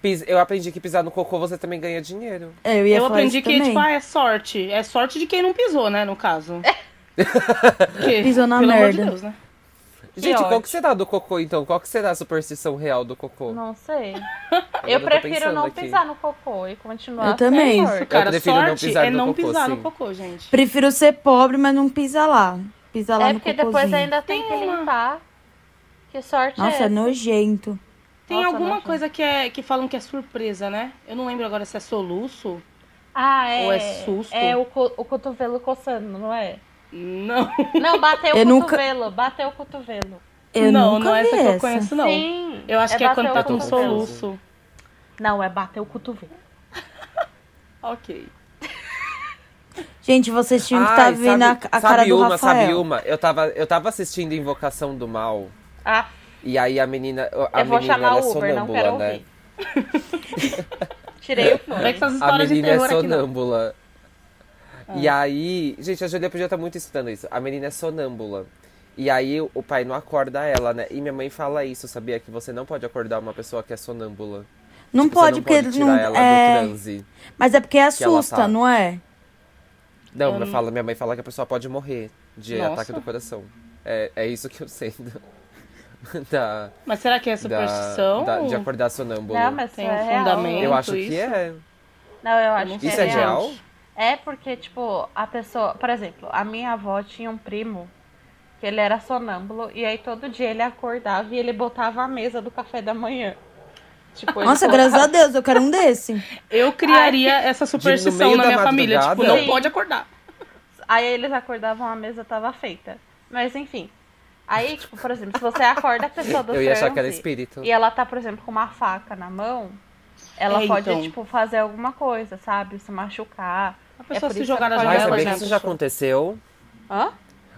Speaker 3: pis- Eu aprendi que pisar no cocô você também ganha dinheiro.
Speaker 7: É, Eu ia
Speaker 6: Eu
Speaker 7: falar
Speaker 6: aprendi
Speaker 7: isso
Speaker 6: que,
Speaker 7: também.
Speaker 6: tipo, ah, é sorte. É sorte de quem não pisou, né, no caso. Porque,
Speaker 7: É. [laughs] Pisou na
Speaker 6: pelo
Speaker 7: merda.
Speaker 6: amor de Deus, né?
Speaker 3: Gente, qual
Speaker 5: ódio.
Speaker 3: que será do cocô então? Qual que será a superstição real do cocô?
Speaker 5: Não sei.
Speaker 3: Agora
Speaker 5: Eu
Speaker 3: tô
Speaker 5: prefiro
Speaker 3: pensando
Speaker 5: não
Speaker 3: aqui.
Speaker 5: pisar no cocô e continuar
Speaker 7: Eu
Speaker 5: a ser
Speaker 7: também.
Speaker 5: torta.
Speaker 6: Cara,
Speaker 3: prefiro não
Speaker 6: sorte
Speaker 3: pisar
Speaker 6: é
Speaker 3: no
Speaker 6: não
Speaker 3: cocô,
Speaker 6: pisar
Speaker 3: sim.
Speaker 6: no cocô, gente.
Speaker 7: Prefiro ser pobre, mas não pisa lá. Pisa lá
Speaker 5: É
Speaker 7: no
Speaker 5: porque
Speaker 7: cocôzinho.
Speaker 5: depois ainda tem que
Speaker 6: Tem uma-
Speaker 5: limpar. Que sorte é
Speaker 7: Nossa, é
Speaker 5: essa?
Speaker 7: nojento.
Speaker 6: Tem
Speaker 5: Nossa,
Speaker 6: alguma
Speaker 5: nossa.
Speaker 6: coisa que, é, que falam que é surpresa, né? Eu não lembro agora se é soluço.
Speaker 5: Ah, é.
Speaker 6: Ou é susto?
Speaker 5: É o, co- o cotovelo coçando, não é?
Speaker 6: Não,
Speaker 5: Não, bateu
Speaker 7: Eu
Speaker 5: o
Speaker 7: nunca-
Speaker 5: cotovelo, bateu o cotovelo.
Speaker 7: Eu
Speaker 6: não,
Speaker 7: nunca
Speaker 6: não é
Speaker 7: vi
Speaker 6: essa que eu conheço, não.
Speaker 5: Sim.
Speaker 6: Eu acho que é
Speaker 5: bater
Speaker 6: quando
Speaker 5: o
Speaker 6: tá com
Speaker 5: cotovelo.
Speaker 6: soluço.
Speaker 5: Não, é bater o cotovelo.
Speaker 6: Ok.
Speaker 7: Gente, vocês tinham que estar
Speaker 3: Ai,
Speaker 7: tá vendo a,
Speaker 3: sabe-
Speaker 7: a cara
Speaker 3: sabe
Speaker 7: do
Speaker 3: uma,
Speaker 7: Rafael.
Speaker 3: Sabe uma, eu tava, eu tava assistindo Invocação do Mal,
Speaker 5: Ah,
Speaker 3: e aí a menina, a
Speaker 5: eu vou
Speaker 3: menina
Speaker 5: chamar
Speaker 3: ela é
Speaker 5: o Uber, não quero
Speaker 3: sonâmbula,
Speaker 5: ouvir. [laughs]
Speaker 3: né?
Speaker 5: Tirei o
Speaker 6: Como é que
Speaker 5: fone.
Speaker 6: essas
Speaker 3: A
Speaker 6: histórias de
Speaker 3: menina é
Speaker 6: terror aqui não?
Speaker 3: sonâmbula. E aí, gente, a Julia podia estar muito estudando isso. A menina é sonâmbula. E aí o pai não acorda ela, né? E minha mãe fala isso, sabia? Que você não pode acordar uma pessoa que é sonâmbula.
Speaker 7: Não
Speaker 3: Tipo,
Speaker 7: pode,
Speaker 3: você não
Speaker 7: porque
Speaker 3: pode tirar
Speaker 7: não.
Speaker 3: ela
Speaker 7: é...
Speaker 3: do transe.
Speaker 7: Mas é porque
Speaker 3: ela
Speaker 7: assusta,
Speaker 3: tá.
Speaker 7: não é?
Speaker 3: Não, minha, fala, minha mãe fala que a pessoa pode morrer de
Speaker 6: Nossa.
Speaker 3: ataque do coração. É, é isso que eu sei [laughs] da- da,
Speaker 6: Mas será que é
Speaker 3: da-
Speaker 6: superstição?
Speaker 3: da- de acordar sonâmbulo.
Speaker 5: Não, mas
Speaker 6: Tem
Speaker 5: isso é
Speaker 6: um
Speaker 5: real.
Speaker 6: fundamento.
Speaker 3: eu acho
Speaker 6: isso.
Speaker 3: que é.
Speaker 5: Não, eu acho
Speaker 6: não
Speaker 5: que
Speaker 3: Isso
Speaker 5: é
Speaker 3: é
Speaker 6: Gente.
Speaker 3: real?
Speaker 5: É porque, tipo, a pessoa. Por exemplo, a minha avó tinha um primo que ele era sonâmbulo e aí todo dia ele acordava e ele botava a mesa do café da manhã. Tipo, ele
Speaker 7: Nossa, é
Speaker 5: colocava-
Speaker 7: graças a Deus, eu quero um
Speaker 6: [laughs]
Speaker 7: desse.
Speaker 6: Eu criaria essa superstição
Speaker 3: meio
Speaker 6: na
Speaker 3: da
Speaker 6: minha família. Tipo,
Speaker 3: madrugada?
Speaker 6: não pode acordar.
Speaker 5: Aí eles acordavam, a mesa tava feita. Mas enfim. Aí, tipo, por exemplo, se você acorda a pessoa do
Speaker 3: Eu ia achar
Speaker 5: transe
Speaker 3: que era espírito.
Speaker 5: e ela tá, por exemplo, com uma faca na mão, ela
Speaker 6: É,
Speaker 5: pode,
Speaker 6: então.
Speaker 5: tipo, fazer alguma coisa, sabe? Se machucar.
Speaker 6: A
Speaker 5: É por
Speaker 6: pessoa
Speaker 5: isso
Speaker 6: se
Speaker 5: que
Speaker 6: jogar na
Speaker 5: pode
Speaker 3: Mas
Speaker 5: Olha,
Speaker 6: janela,
Speaker 3: sabe que
Speaker 6: gente.
Speaker 3: isso já aconteceu?
Speaker 5: Hã?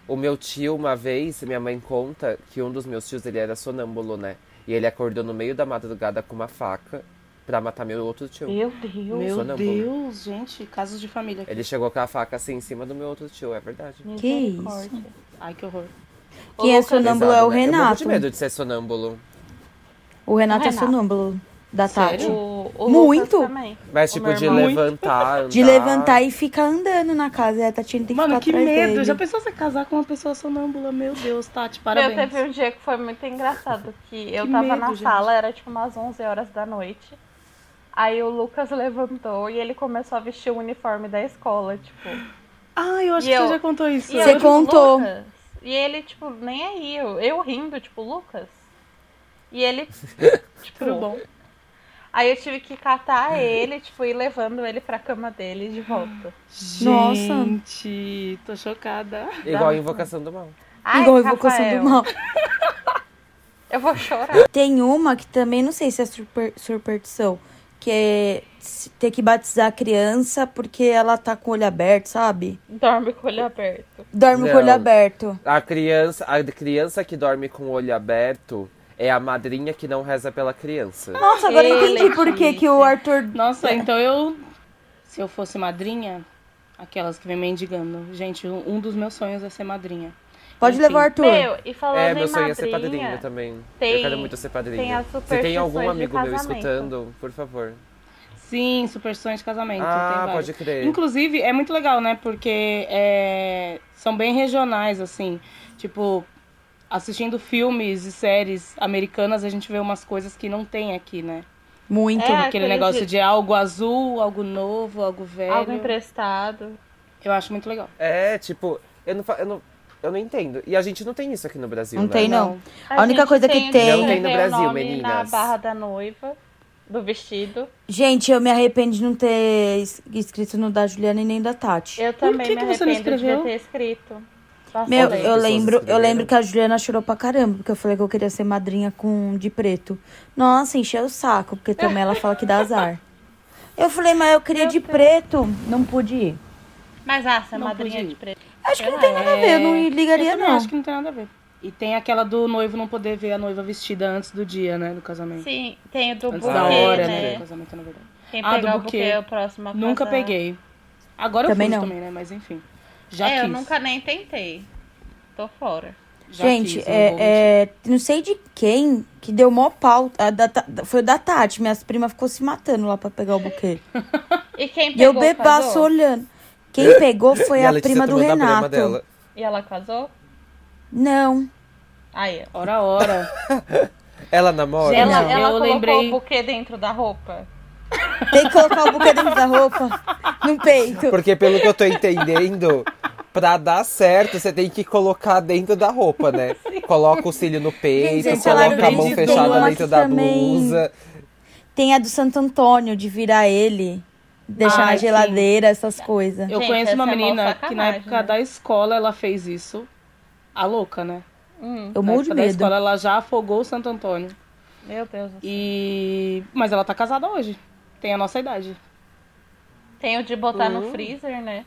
Speaker 3: O meu tio, uma vez, minha mãe conta que um dos meus tios, ele era sonâmbulo, né? E ele acordou no meio da madrugada com uma faca pra matar meu outro tio.
Speaker 5: Meu Deus.
Speaker 6: Meu
Speaker 3: Sonâmbulo.
Speaker 6: Deus, gente, casos de família. aqui.
Speaker 3: né, Ele chegou com a faca assim em cima do meu outro tio, é verdade.
Speaker 7: Que
Speaker 5: Misericórdia.
Speaker 6: Ai, que horror.
Speaker 5: Ô,
Speaker 7: Quem é
Speaker 5: Lucas,
Speaker 7: sonâmbulo é
Speaker 3: Pesado,
Speaker 7: o
Speaker 3: né? Eu morro de
Speaker 7: Renato.
Speaker 3: medo de ser sonâmbulo.
Speaker 7: O Renato é
Speaker 5: Renato. Tá.
Speaker 7: sonâmbulo da Tati.
Speaker 5: O, o
Speaker 7: Muito.
Speaker 5: Lucas também.
Speaker 3: Mas
Speaker 5: O
Speaker 3: tipo,
Speaker 5: meu
Speaker 3: de
Speaker 5: irmão.
Speaker 3: levantar, andar.
Speaker 7: [laughs] De levantar e ficar andando na casa. É, a Tatiana tem que
Speaker 6: Mano,
Speaker 7: ficar
Speaker 6: que
Speaker 7: atrás
Speaker 6: medo.
Speaker 7: dele.
Speaker 6: Já pensou você casar com uma pessoa sonâmbula? Meu Deus, Tati,
Speaker 5: Meu,
Speaker 6: parabéns.
Speaker 5: teve um dia que foi muito engraçado, que eu
Speaker 6: Que
Speaker 5: tava
Speaker 6: medo,
Speaker 5: na
Speaker 6: gente.
Speaker 5: sala, era tipo umas 11 horas da noite. Aí o Lucas levantou e ele começou a vestir o uniforme da escola, tipo.
Speaker 6: Ah, eu acho
Speaker 5: E
Speaker 6: que
Speaker 5: eu-
Speaker 6: você já contou isso.
Speaker 5: E eu,
Speaker 7: Você
Speaker 5: tipo,
Speaker 7: contou.
Speaker 5: "Lucas?" E ele, tipo, nem aí, eu, eu rindo, tipo, Lucas.
Speaker 3: [laughs]
Speaker 5: E ele, tipo,
Speaker 6: Tudo bom.
Speaker 5: aí eu tive que catar ele, tipo, ir levando ele pra cama dele de volta.
Speaker 7: Nossa.
Speaker 6: Gente, tô chocada.
Speaker 3: Igual a invocação do mal.
Speaker 5: Ai,
Speaker 7: Igual a invocação
Speaker 5: Rafael,
Speaker 7: do mal.
Speaker 5: Eu vou chorar.
Speaker 7: Tem uma que também não sei se é super, superstição. porque se- ter que batizar a criança porque ela tá com o olho aberto, sabe?
Speaker 5: Dorme com o olho aberto.
Speaker 7: Dorme com o olho
Speaker 3: Não.
Speaker 7: aberto.
Speaker 3: A criança, a criança que dorme com o olho aberto é a madrinha que não reza pela criança.
Speaker 7: Nossa, agora eu
Speaker 5: Ele
Speaker 7: entendi por que, que o Arthur.
Speaker 6: Nossa, então eu. Se eu fosse madrinha, aquelas que vem mendigando. Gente, um um dos meus sonhos é ser madrinha.
Speaker 7: Pode
Speaker 6: Enfim.
Speaker 7: levar o Arthur.
Speaker 5: Meu, e falando
Speaker 3: É,
Speaker 5: em
Speaker 3: meu sonho é ser padrinho
Speaker 5: madrinha,
Speaker 3: também.
Speaker 5: tem-
Speaker 3: eu quero muito ser padrinho.
Speaker 5: tem as
Speaker 3: Se tem algum
Speaker 5: superstições de
Speaker 3: amigo meu
Speaker 5: casamento.
Speaker 3: escutando, por favor.
Speaker 6: Sim, superstições de casamento. tem
Speaker 3: ah,
Speaker 6: várias.
Speaker 3: pode crer.
Speaker 6: Inclusive, é muito legal, né? Porque é, são bem regionais, assim. Tipo, assistindo filmes e séries americanas, a gente vê umas coisas que não tem aqui, né?
Speaker 7: Muito.
Speaker 5: É,
Speaker 6: Aquele
Speaker 5: aquele
Speaker 6: negócio
Speaker 5: de-
Speaker 6: de algo azul, algo novo, algo velho.
Speaker 5: algo emprestado.
Speaker 6: Eu acho muito legal.
Speaker 3: É, tipo, eu não, fa- eu, não, eu não entendo. E a gente não tem isso aqui no Brasil,
Speaker 7: Não
Speaker 3: né?
Speaker 7: tem, não. A única
Speaker 5: gente
Speaker 7: coisa que
Speaker 5: o
Speaker 7: tem-
Speaker 3: Não tem no
Speaker 5: escrever o
Speaker 3: Brasil,
Speaker 5: nome
Speaker 3: meninas.
Speaker 5: Na barra da noiva, do vestido.
Speaker 7: Gente, eu me arrependo de não ter es- escrito no da Juliana e nem da Tati.
Speaker 5: Eu também
Speaker 6: que
Speaker 5: me
Speaker 6: que você não
Speaker 5: arrependo de
Speaker 6: escreveu?
Speaker 5: ter escrito. Nossa,
Speaker 7: Meu,
Speaker 5: bem.
Speaker 7: eu
Speaker 3: pessoas
Speaker 7: lembro, eu
Speaker 3: escreveram.
Speaker 7: lembro que a Juliana chorou pra caramba, porque eu falei que eu queria ser madrinha com de preto. Nossa, encheu o saco, porque também ela fala que dá azar. Eu falei, mas eu queria de preto. Não pude ir.
Speaker 5: Mas ah, essa
Speaker 6: Não
Speaker 5: madrinha
Speaker 6: podia.
Speaker 5: de preto.
Speaker 7: Acho que não tem nada a ver, eu não ligaria,
Speaker 6: é, eu também
Speaker 7: não.
Speaker 6: acho que não tem nada a ver. E tem aquela do noivo não poder ver a noiva vestida antes do dia, né? Do casamento.
Speaker 5: Sim, tem o do
Speaker 6: Antes
Speaker 5: buquê,
Speaker 6: da hora,
Speaker 5: né?
Speaker 6: Do casamento, na verdade.
Speaker 5: Quem
Speaker 6: Ah, do
Speaker 5: pegar o
Speaker 6: buquê.
Speaker 5: buquê é o próximo a
Speaker 6: Nunca
Speaker 5: casar.
Speaker 6: peguei. Agora
Speaker 7: Também
Speaker 6: eu fiz
Speaker 7: não.
Speaker 6: também, né? Mas enfim. Já
Speaker 5: É, eu
Speaker 6: quis.
Speaker 5: nunca nem tentei. Tô fora.
Speaker 6: Já um
Speaker 7: Gente,
Speaker 6: quis, não vou mentir.
Speaker 7: é, é, não sei de quem que deu mó pau. a da Ta- foi o da Tati. Minhas primas ficou se matando lá pra pegar o
Speaker 6: [laughs]
Speaker 7: buquê.
Speaker 5: E quem
Speaker 7: E eu
Speaker 5: pegou,
Speaker 7: bebaço
Speaker 5: casou?
Speaker 7: olhando.
Speaker 3: [laughs]
Speaker 7: Quem pegou foi
Speaker 3: E
Speaker 7: a,
Speaker 3: Letícia
Speaker 7: prima do
Speaker 3: tomou da prima
Speaker 7: Renato.
Speaker 3: dela.
Speaker 5: E ela casou?
Speaker 7: Não.
Speaker 5: Aí, ó.
Speaker 6: Ora, ora.
Speaker 3: Ela namora?
Speaker 6: Gente,
Speaker 5: Ela,
Speaker 6: não,
Speaker 5: ela
Speaker 6: eu
Speaker 5: colocou
Speaker 6: lembrei-
Speaker 5: o buquê dentro da roupa.
Speaker 7: Tem que colocar o buquê dentro da roupa. [laughs] No peito.
Speaker 3: Porque pelo que eu tô entendendo, pra dar certo, você tem que colocar dentro da roupa,
Speaker 5: [laughs]
Speaker 3: né? Coloca o cílio no peito,
Speaker 7: Gente,
Speaker 6: ela
Speaker 3: coloca a mão
Speaker 6: acreditou
Speaker 3: fechada
Speaker 6: aqui
Speaker 3: dentro da
Speaker 7: também.
Speaker 3: blusa.
Speaker 7: Tem a do Santo Antônio, de virar ele, deixar
Speaker 6: Ai,
Speaker 7: na
Speaker 6: sim.
Speaker 7: geladeira, essas coisas.
Speaker 6: Eu
Speaker 5: Gente,
Speaker 6: conheço uma
Speaker 5: essa é mó
Speaker 6: menina que na
Speaker 5: sacanagem,
Speaker 6: época
Speaker 5: né?
Speaker 6: da escola ela fez isso. A louca, né?
Speaker 5: Hum,
Speaker 7: Eu
Speaker 6: na
Speaker 7: morro de
Speaker 6: época da
Speaker 7: medo.
Speaker 6: escola ela já afogou o Santo Antônio.
Speaker 5: meu Deus. do céu.
Speaker 6: E. Mas ela tá casada hoje. Tem a nossa idade.
Speaker 5: Tem o de botar no
Speaker 6: Hum.
Speaker 5: freezer, né?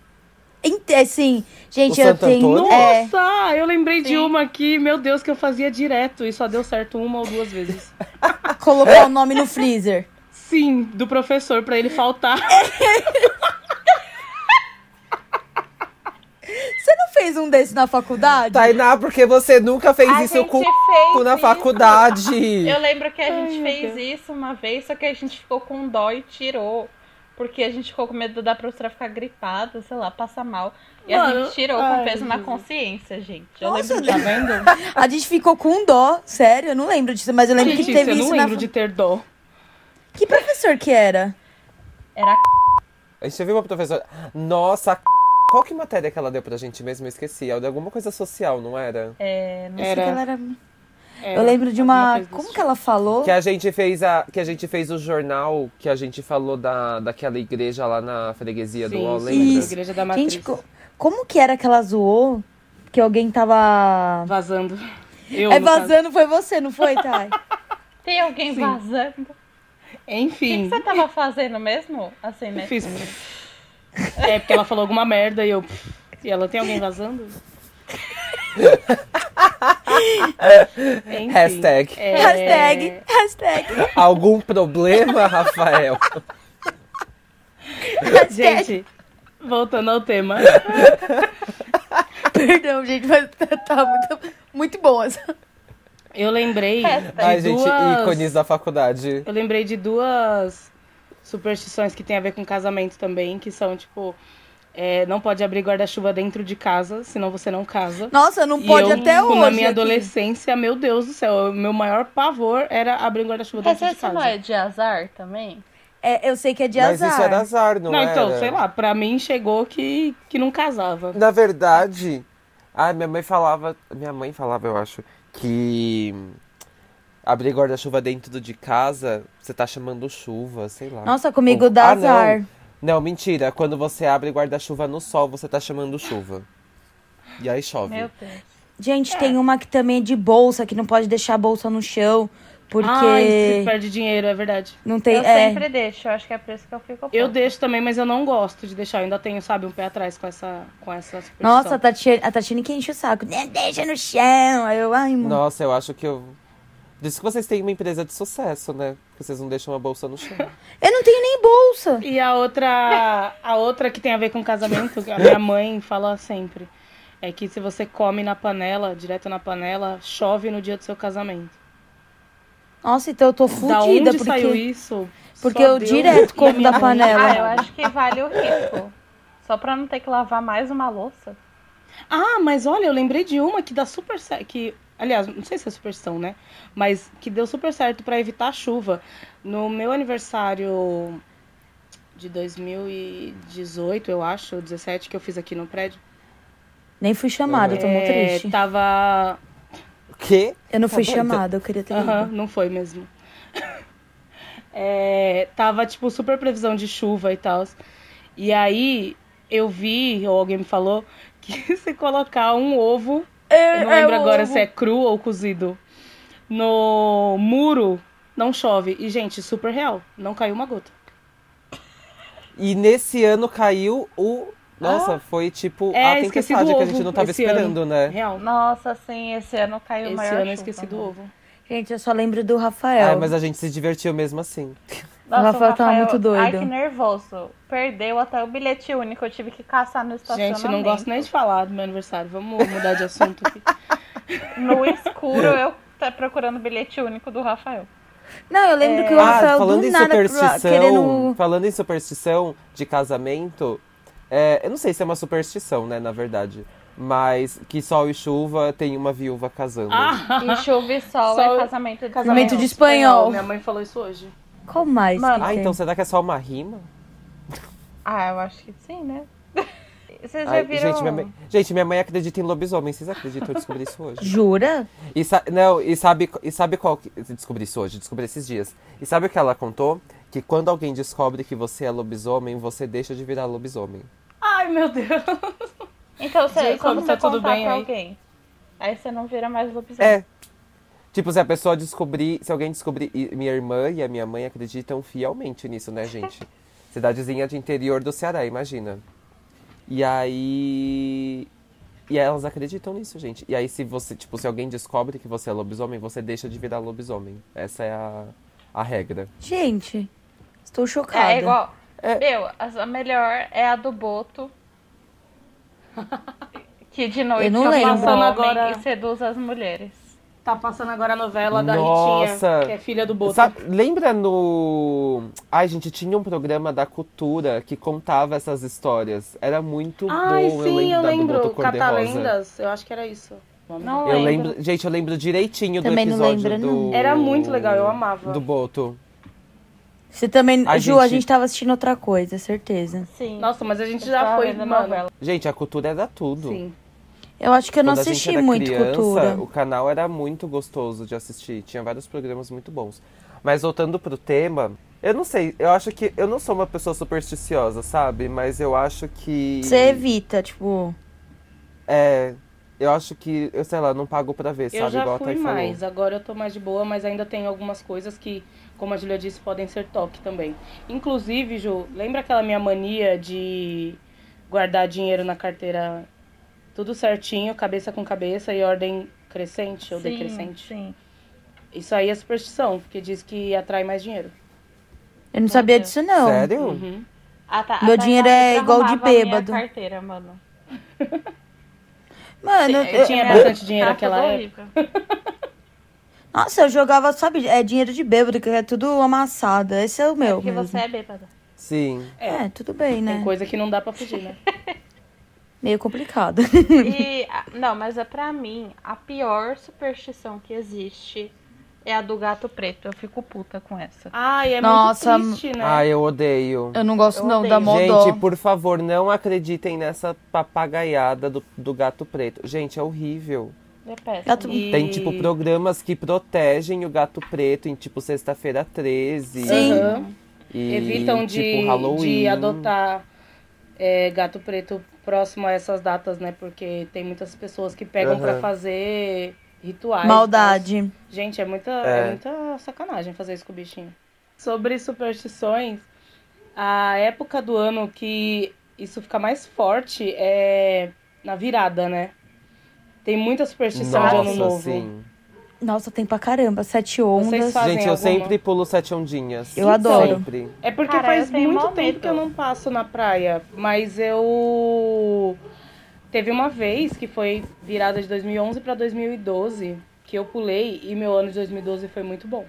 Speaker 7: Ent- é, Sim, gente,
Speaker 3: O
Speaker 7: eu
Speaker 3: Santo
Speaker 7: tenho.
Speaker 3: Antônio?
Speaker 7: É,
Speaker 6: Nossa, eu lembrei de
Speaker 5: Sim.
Speaker 6: uma aqui, meu Deus, que eu fazia direto e só deu certo uma ou duas vezes.
Speaker 7: colocar
Speaker 3: [laughs]
Speaker 7: o nome no freezer.
Speaker 6: Sim, do professor pra
Speaker 7: [laughs]
Speaker 6: ele faltar. Tá
Speaker 7: Você não fez um desse na faculdade?
Speaker 3: Tainá, porque você nunca fez
Speaker 5: A
Speaker 3: isso
Speaker 5: gente
Speaker 3: com
Speaker 5: fez
Speaker 3: na
Speaker 5: isso.
Speaker 3: faculdade.
Speaker 5: Eu lembro que a gente
Speaker 6: meu
Speaker 5: fez isso uma vez, só que a gente ficou com dó e tirou. Porque a gente ficou com medo da professora ficar gripada, sei lá, passar mal. E a
Speaker 6: Mano,
Speaker 5: gente tirou
Speaker 6: ai,
Speaker 5: com peso na
Speaker 6: Jesus. né?
Speaker 5: consciência, gente. Eu
Speaker 7: Nossa,
Speaker 5: lembro
Speaker 7: Deus.
Speaker 6: vendo?
Speaker 7: A gente ficou com dó, sério, eu não lembro disso, mas eu lembro que
Speaker 6: Letícia,
Speaker 7: teve
Speaker 6: eu não
Speaker 7: isso na.
Speaker 6: lembro de ter dó.
Speaker 7: Que professor que era?
Speaker 5: Era
Speaker 3: A gente viu uma professora. Nossa, c****, qual que matéria que ela deu pra gente mesmo? Eu esqueci. Ela deu alguma coisa social, não era?
Speaker 5: é, não-
Speaker 7: Eu sei que
Speaker 6: Era.
Speaker 7: ela era-
Speaker 6: É,
Speaker 7: Eu lembro de
Speaker 6: alguma
Speaker 7: uma.
Speaker 6: coisa desse
Speaker 7: Como que ela falou?
Speaker 3: Que a gente fez a. Que a gente fez o jornal que a gente falou da, daquela igreja lá na freguesia do né?
Speaker 6: Sim,
Speaker 3: UOL,
Speaker 6: sim,
Speaker 3: lembra?
Speaker 7: Isso.
Speaker 6: Igreja da Matriz.
Speaker 7: Gente, co- como que era que ela zoou? Que alguém tava.
Speaker 6: Vazando. Eu,
Speaker 7: é
Speaker 6: no caso.
Speaker 7: vazando, foi você, não foi, Thay?
Speaker 5: Tem alguém
Speaker 6: Sim.
Speaker 5: vazando. O que, que
Speaker 6: Enfim.
Speaker 5: você tava fazendo mesmo? Assim, né?
Speaker 6: eu fiz. É, porque ela falou alguma merda e eu. E ela tem alguém vazando? Enfim.
Speaker 3: Hashtag.
Speaker 6: [laughs] É,
Speaker 7: Hashtag,
Speaker 6: [laughs]
Speaker 7: hashtag,
Speaker 3: Algum problema, [laughs] Rafael?
Speaker 7: hashtag.
Speaker 6: Gente, voltando ao tema.
Speaker 7: Perdão, gente, mas [laughs] tá, tá muito, muito bom essa.
Speaker 6: Eu lembrei. de
Speaker 7: Tá
Speaker 3: Ai, gente,
Speaker 6: duas...
Speaker 3: ícones da faculdade.
Speaker 6: Eu lembrei de duas superstições que tem a ver com casamento também, que são, tipo, é, não pode abrir guarda-chuva dentro de casa, senão você não casa.
Speaker 7: Nossa, não
Speaker 6: E
Speaker 7: pode
Speaker 6: eu,
Speaker 7: até
Speaker 6: tipo,
Speaker 7: hoje.
Speaker 6: Na minha
Speaker 7: aqui.
Speaker 6: adolescência, meu Deus do céu, o meu maior pavor era abrir um guarda-chuva
Speaker 5: Mas
Speaker 6: dentro de
Speaker 5: esse
Speaker 6: casa.
Speaker 5: não é de azar também?
Speaker 7: É, eu sei que é de
Speaker 3: Mas
Speaker 7: azar.
Speaker 3: isso era azar, não,
Speaker 6: Não, então,
Speaker 3: era?
Speaker 6: sei lá, pra mim chegou que, que não casava.
Speaker 3: Na verdade, a minha mãe falava, minha mãe falava, eu acho, que abrir guarda-chuva dentro de casa, você tá chamando chuva, sei lá.
Speaker 7: Nossa, comigo
Speaker 3: Ou-
Speaker 7: dá
Speaker 3: Ah,
Speaker 7: azar.
Speaker 3: Não. Não, mentira, quando você abre guarda-chuva no sol, você tá chamando chuva. E aí chove.
Speaker 5: Meu Deus.
Speaker 7: é Gente, tem uma que também é de bolsa, que não pode deixar a bolsa no chão. Porque
Speaker 6: Ai, se perde dinheiro, é verdade.
Speaker 7: não tem.
Speaker 5: eu
Speaker 7: é,
Speaker 5: sempre deixo, eu acho que é por isso que eu fico
Speaker 6: Eu
Speaker 5: puta.
Speaker 6: deixo também, mas eu não gosto de deixar. Eu ainda tenho, sabe, um pé atrás com essa, com essa superstição.
Speaker 7: Nossa, tá- a Tatiane, a Tatiane que enche o saco. "Né, Deixa no chão. Aí eu, ai, mano.
Speaker 3: Nossa, eu acho que eu. Diz que vocês têm uma empresa de sucesso, né? Porque vocês não deixam a bolsa
Speaker 7: [laughs]
Speaker 3: no chão.
Speaker 7: Eu não tenho nem bolsa.
Speaker 6: E a outra, a outra que tem a ver com casamento, que
Speaker 7: [laughs]
Speaker 6: a minha mãe fala sempre, é que se você come na panela, direto na panela, chove no dia do seu casamento.
Speaker 7: Nossa, então eu tô
Speaker 6: da onde
Speaker 7: fudida porque.
Speaker 6: saiu isso?
Speaker 7: porque
Speaker 6: Só
Speaker 7: eu
Speaker 6: Deus
Speaker 7: direto
Speaker 6: e
Speaker 7: como
Speaker 6: a
Speaker 7: da
Speaker 6: minha mãe.
Speaker 7: panela.
Speaker 5: Ah, eu acho que vale o risco. Só pra não ter que lavar mais uma louça.
Speaker 6: Ah, mas olha, eu lembrei de uma que dá super certo. Que, aliás, não sei se é superstição, né? Mas que deu super certo pra evitar a chuva. No meu aniversário de 2018, eu acho, ou 17, que eu fiz aqui no prédio.
Speaker 7: Nem fui chamada, eu tô muito
Speaker 6: é,
Speaker 7: triste.
Speaker 6: Tava.
Speaker 3: O quê?
Speaker 7: Eu não fui
Speaker 3: Tá bom,
Speaker 7: chamada, eu queria ter
Speaker 6: Aham,
Speaker 7: ido.
Speaker 6: não foi mesmo. [laughs] É, tava, tipo, super previsão de chuva e tal. E aí eu vi, ou alguém me falou, [laughs] que se colocar um ovo Eu não lembro agora se é cru ou cozido. No muro não chove. E, gente, super real. Não caiu uma gota.
Speaker 3: E nesse ano caiu o. Nossa, foi tipo
Speaker 6: É,
Speaker 3: a
Speaker 6: esqueci
Speaker 3: tempestade
Speaker 6: do
Speaker 3: que a gente
Speaker 6: ovo
Speaker 3: não tava
Speaker 6: esse
Speaker 3: esperando, né?
Speaker 6: Real.
Speaker 5: Nossa, assim, esse ano caiu
Speaker 6: Esse
Speaker 5: o maior
Speaker 6: ano eu
Speaker 5: chuva,
Speaker 6: esqueci do
Speaker 5: né?
Speaker 6: ovo.
Speaker 7: Gente, eu só lembro do Rafael.
Speaker 3: Ai, mas a gente se divertiu mesmo assim.
Speaker 5: Nossa,
Speaker 7: O Rafael tava muito doido.
Speaker 5: Ai, que nervoso. Perdeu até o bilhete único. Eu tive que caçar no estacionamento.
Speaker 6: Gente, eu não gosto nem de falar do meu aniversário. Vamos mudar de assunto [laughs] aqui.
Speaker 5: No escuro, eu tá procurando o bilhete único do Rafael.
Speaker 7: Não, eu lembro que o
Speaker 3: Ah,
Speaker 7: Rafael
Speaker 3: falando
Speaker 7: do
Speaker 3: em
Speaker 7: nada pro-
Speaker 3: superstição,
Speaker 7: querendo. um-
Speaker 3: falando em superstição de casamento, é, eu não sei se é uma superstição, né, na verdade. Mas que sol e chuva tem uma viúva casando.
Speaker 6: Ah,
Speaker 5: E chuva e sol
Speaker 6: Sol-
Speaker 5: é casamento de
Speaker 7: Casamento
Speaker 5: espanhol.
Speaker 7: de espanhol.
Speaker 6: Minha mãe falou isso hoje.
Speaker 7: Qual mais?
Speaker 5: Mano,
Speaker 7: que
Speaker 3: Ah,
Speaker 7: tem?
Speaker 3: então será que é só uma rima?
Speaker 5: Ah, eu acho que sim, né? [laughs] Vocês já
Speaker 3: Ai,
Speaker 5: viram...
Speaker 3: gente, minha mãe, gente, minha mãe acredita em lobisomem. Vocês acreditam? Eu descobri
Speaker 7: [laughs]
Speaker 3: isso hoje.
Speaker 7: Jura?
Speaker 3: E, sa- não, e, sabe, e sabe qual que... Descobri isso hoje, descobri esses dias. E sabe o que ela contou? Que quando alguém descobre que você é lobisomem, você deixa de virar lobisomem.
Speaker 6: Ai, meu Deus.
Speaker 5: Então, você,
Speaker 6: Jacob,
Speaker 5: quando
Speaker 6: tá
Speaker 5: você
Speaker 6: tudo
Speaker 5: contar
Speaker 6: bem
Speaker 5: pra
Speaker 6: aí?
Speaker 5: alguém, aí você não vira mais lobisomem.
Speaker 3: É. Tipo, se a pessoa descobrir, se alguém descobrir, e minha irmã e a minha mãe acreditam fielmente nisso, né, gente? Cidadezinha de interior do Ceará, imagina. E aí. E elas acreditam nisso, gente. E aí, se você, tipo, se alguém descobre que você é lobisomem, você deixa de virar lobisomem. Essa é a, a regra.
Speaker 7: Gente, estou chocada.
Speaker 5: É igual.
Speaker 3: É.
Speaker 5: Meu, a a melhor é a do Boto. que de noite
Speaker 7: Eu não
Speaker 5: chama
Speaker 7: lembro.
Speaker 5: um
Speaker 6: Passando
Speaker 5: homem
Speaker 6: agora-
Speaker 5: e seduz as mulheres.
Speaker 6: Tá passando agora a novela da
Speaker 3: Nossa.
Speaker 6: Ritinha, que é filha do Boto.
Speaker 3: Sabe- lembra no. Ai, gente, tinha um programa da cultura que contava essas histórias. Era muito
Speaker 6: Ai,
Speaker 3: bom,
Speaker 6: sim, eu
Speaker 3: da- do Boto
Speaker 6: lembro.
Speaker 3: Cor-de-Rosa.
Speaker 6: Catalendas, eu acho que era isso.
Speaker 5: Não
Speaker 3: Eu
Speaker 5: lembro.
Speaker 3: lembro, gente, eu lembro direitinho
Speaker 7: Também
Speaker 3: do
Speaker 7: não
Speaker 3: episódio
Speaker 7: lembro,
Speaker 3: do
Speaker 7: não.
Speaker 6: Era muito legal, eu amava.
Speaker 3: do Boto.
Speaker 7: Você também.
Speaker 3: A
Speaker 7: Ju, a
Speaker 3: gente-
Speaker 7: gente tava assistindo outra coisa, certeza.
Speaker 5: Sim.
Speaker 6: Nossa, mas a gente
Speaker 5: eu
Speaker 6: já
Speaker 5: tava
Speaker 6: foi,
Speaker 5: vendo a
Speaker 6: mano.
Speaker 5: novela.
Speaker 3: Gente, a cultura era tudo.
Speaker 6: Sim.
Speaker 7: Eu acho que eu não
Speaker 3: Quando a gente
Speaker 7: assisti
Speaker 3: era
Speaker 7: muito
Speaker 3: criança,
Speaker 7: cultura.
Speaker 3: O canal era muito gostoso de assistir, tinha vários programas muito bons. Mas voltando pro tema, eu não sei, eu acho que eu não sou uma pessoa supersticiosa, sabe? Mas eu acho que
Speaker 7: Você evita, tipo.
Speaker 3: é, eu acho que, eu sei lá, não pago pra ver,
Speaker 6: Eu
Speaker 3: sabe
Speaker 6: já
Speaker 3: igual a
Speaker 6: fui
Speaker 3: Thay
Speaker 6: mais,
Speaker 3: falou.
Speaker 6: agora eu tô mais de boa, mas ainda tem algumas coisas que, como a Julia disse, podem ser toque também. Inclusive, Ju, lembra aquela minha mania de guardar dinheiro na carteira tudo certinho, cabeça com cabeça e ordem crescente ou
Speaker 5: Sim,
Speaker 6: decrescente?
Speaker 5: Sim.
Speaker 6: Isso aí é superstição, porque diz que atrai mais dinheiro.
Speaker 7: Eu não sabia disso, não.
Speaker 3: Sério?
Speaker 6: Uhum.
Speaker 5: Ah, tá,
Speaker 7: Meu
Speaker 5: a Tainá
Speaker 7: dinheiro é
Speaker 5: sempre
Speaker 7: igual de
Speaker 5: arrumava a minha
Speaker 7: bêbado.
Speaker 5: carteira, mano.
Speaker 7: Mano,
Speaker 6: Eu
Speaker 7: eu-
Speaker 6: tinha
Speaker 5: Era
Speaker 6: bastante dinheiro
Speaker 5: tá
Speaker 6: naquela
Speaker 5: tudo
Speaker 6: época.
Speaker 5: horrível.
Speaker 7: nossa, eu jogava, sabe, é dinheiro de bêbado, que é tudo amassado. Esse é o meu.
Speaker 5: Porque
Speaker 7: mesmo.
Speaker 5: você
Speaker 7: [laughs]
Speaker 5: é bêbada.
Speaker 3: Sim.
Speaker 7: É, tudo bem,
Speaker 6: Tem
Speaker 7: né?
Speaker 6: coisa que não dá pra fugir, né?
Speaker 7: Meio complicado.
Speaker 5: E, a- não, mas é pra mim, a pior superstição que existe é a do gato preto. Eu fico puta com essa.
Speaker 6: [laughs] Ai, é
Speaker 7: Nossa,
Speaker 6: muito triste, né?
Speaker 3: Ai, eu odeio.
Speaker 7: Eu não gosto,
Speaker 5: Eu
Speaker 7: não,
Speaker 5: odeio.
Speaker 7: da modó.
Speaker 3: Gente, por favor, não acreditem nessa papagaiada do, do gato preto. Gente, é horrível.
Speaker 5: É péssimo.
Speaker 7: Gato-
Speaker 6: E-
Speaker 3: Tem, tipo, programas que protegem o gato preto em, tipo, sexta-feira 13.
Speaker 7: Sim.
Speaker 6: Aham.
Speaker 3: E,
Speaker 6: evitam de,
Speaker 3: tipo, Halloween.
Speaker 6: de adotar é, gato preto próximo a essas datas, né? Porque tem muitas pessoas que pegam
Speaker 3: Aham.
Speaker 6: pra fazer rituais.
Speaker 7: Maldade.
Speaker 6: mas- Gente, é muita,
Speaker 3: É.
Speaker 6: é muita sacanagem fazer isso com o bichinho. Sobre superstições, a época do ano que isso fica mais forte é na virada, né? Tem muita superstição de ano
Speaker 3: Nossa,
Speaker 6: novo.
Speaker 3: sim.
Speaker 7: Nossa, tem pra caramba. Sete ondas.
Speaker 6: fazem
Speaker 3: Gente, eu
Speaker 6: alguma?
Speaker 3: sempre pulo sete ondinhas.
Speaker 7: Eu adoro.
Speaker 3: Sempre.
Speaker 6: É porque
Speaker 5: Cara,
Speaker 6: faz
Speaker 5: eu tenho
Speaker 6: muito
Speaker 5: mó
Speaker 6: tempo
Speaker 5: medo.
Speaker 6: que eu não passo na praia, mas eu teve uma vez que foi virada de 2011 pra 2012 que eu pulei e meu ano de 2012 foi muito bom.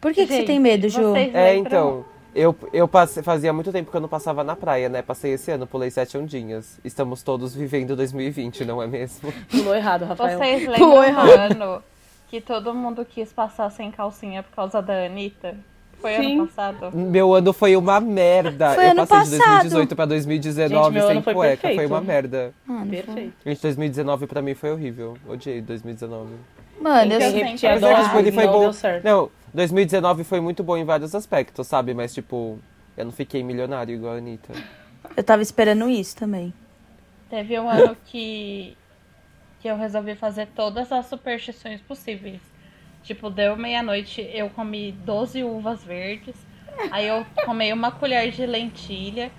Speaker 7: Por que, que você
Speaker 5: Gente,
Speaker 7: tem medo, Ju?
Speaker 5: vocês
Speaker 3: É,
Speaker 5: lembram?
Speaker 3: então. Eu, eu passe- fazia muito tempo que eu não passava na praia, né? Passei esse ano, pulei sete ondinhas. Estamos todos vivendo 2020, não é
Speaker 6: [laughs]
Speaker 3: mesmo?
Speaker 6: Pulou errado, Rafael.
Speaker 5: Vocês
Speaker 7: [laughs] Pô,
Speaker 5: lembram
Speaker 7: errado.
Speaker 5: do ano que todo mundo quis passar sem calcinha por causa da Anitta? Foi
Speaker 6: Sim.
Speaker 5: ano passado?
Speaker 3: Meu ano foi uma merda.
Speaker 7: Foi
Speaker 3: eu
Speaker 7: ano
Speaker 3: passei de
Speaker 7: passado.
Speaker 3: 2018 pra 2019
Speaker 6: Gente, meu
Speaker 3: sem
Speaker 6: ano foi
Speaker 3: cueca. Foi
Speaker 6: perfeito.
Speaker 3: uma merda.
Speaker 5: é
Speaker 7: Mano,
Speaker 6: Perfeito.
Speaker 3: Gente, 2019 pra mim foi horrível. Odiei 2019.
Speaker 7: Mano, eu
Speaker 5: Tem
Speaker 6: Quem
Speaker 5: sei.
Speaker 6: repetir a
Speaker 5: Mas é que,
Speaker 6: dose,
Speaker 5: tipo,
Speaker 3: ele foi
Speaker 6: não
Speaker 3: bom.
Speaker 6: deu certo.
Speaker 3: Não, 2019 foi muito bom em vários aspectos, sabe? Mas, tipo, eu não fiquei milionário igual a Anitta.
Speaker 7: Eu tava esperando isso também.
Speaker 5: Teve um ano que, que eu resolvi fazer todas as superstições possíveis. Tipo, deu meia-noite, eu comi 12 uvas verdes, aí eu comi uma colher de lentilha,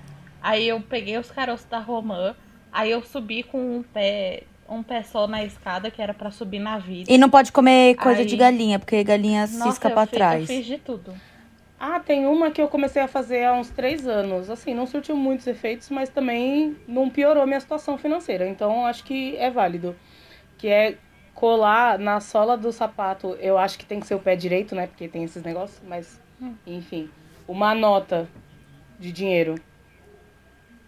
Speaker 5: aí eu peguei os caroços da romã, aí eu subi com um pé, um pé só na escada, que era pra subir na vida.
Speaker 7: E não pode comer coisa
Speaker 5: Aí-
Speaker 7: de galinha, porque galinha
Speaker 5: Nossa,
Speaker 7: cisca
Speaker 5: eu
Speaker 7: pra
Speaker 5: fi- eu
Speaker 7: trás.
Speaker 5: fiz de tudo.
Speaker 6: Ah, tem uma que eu comecei a fazer há uns três anos. Assim, não surtiu muitos efeitos, mas também não piorou minha situação financeira. Então, acho que é válido. Que é colar na sola do sapato. Eu acho que tem que ser o pé direito, né? Porque tem esses negócios, mas enfim. Uma nota de dinheiro.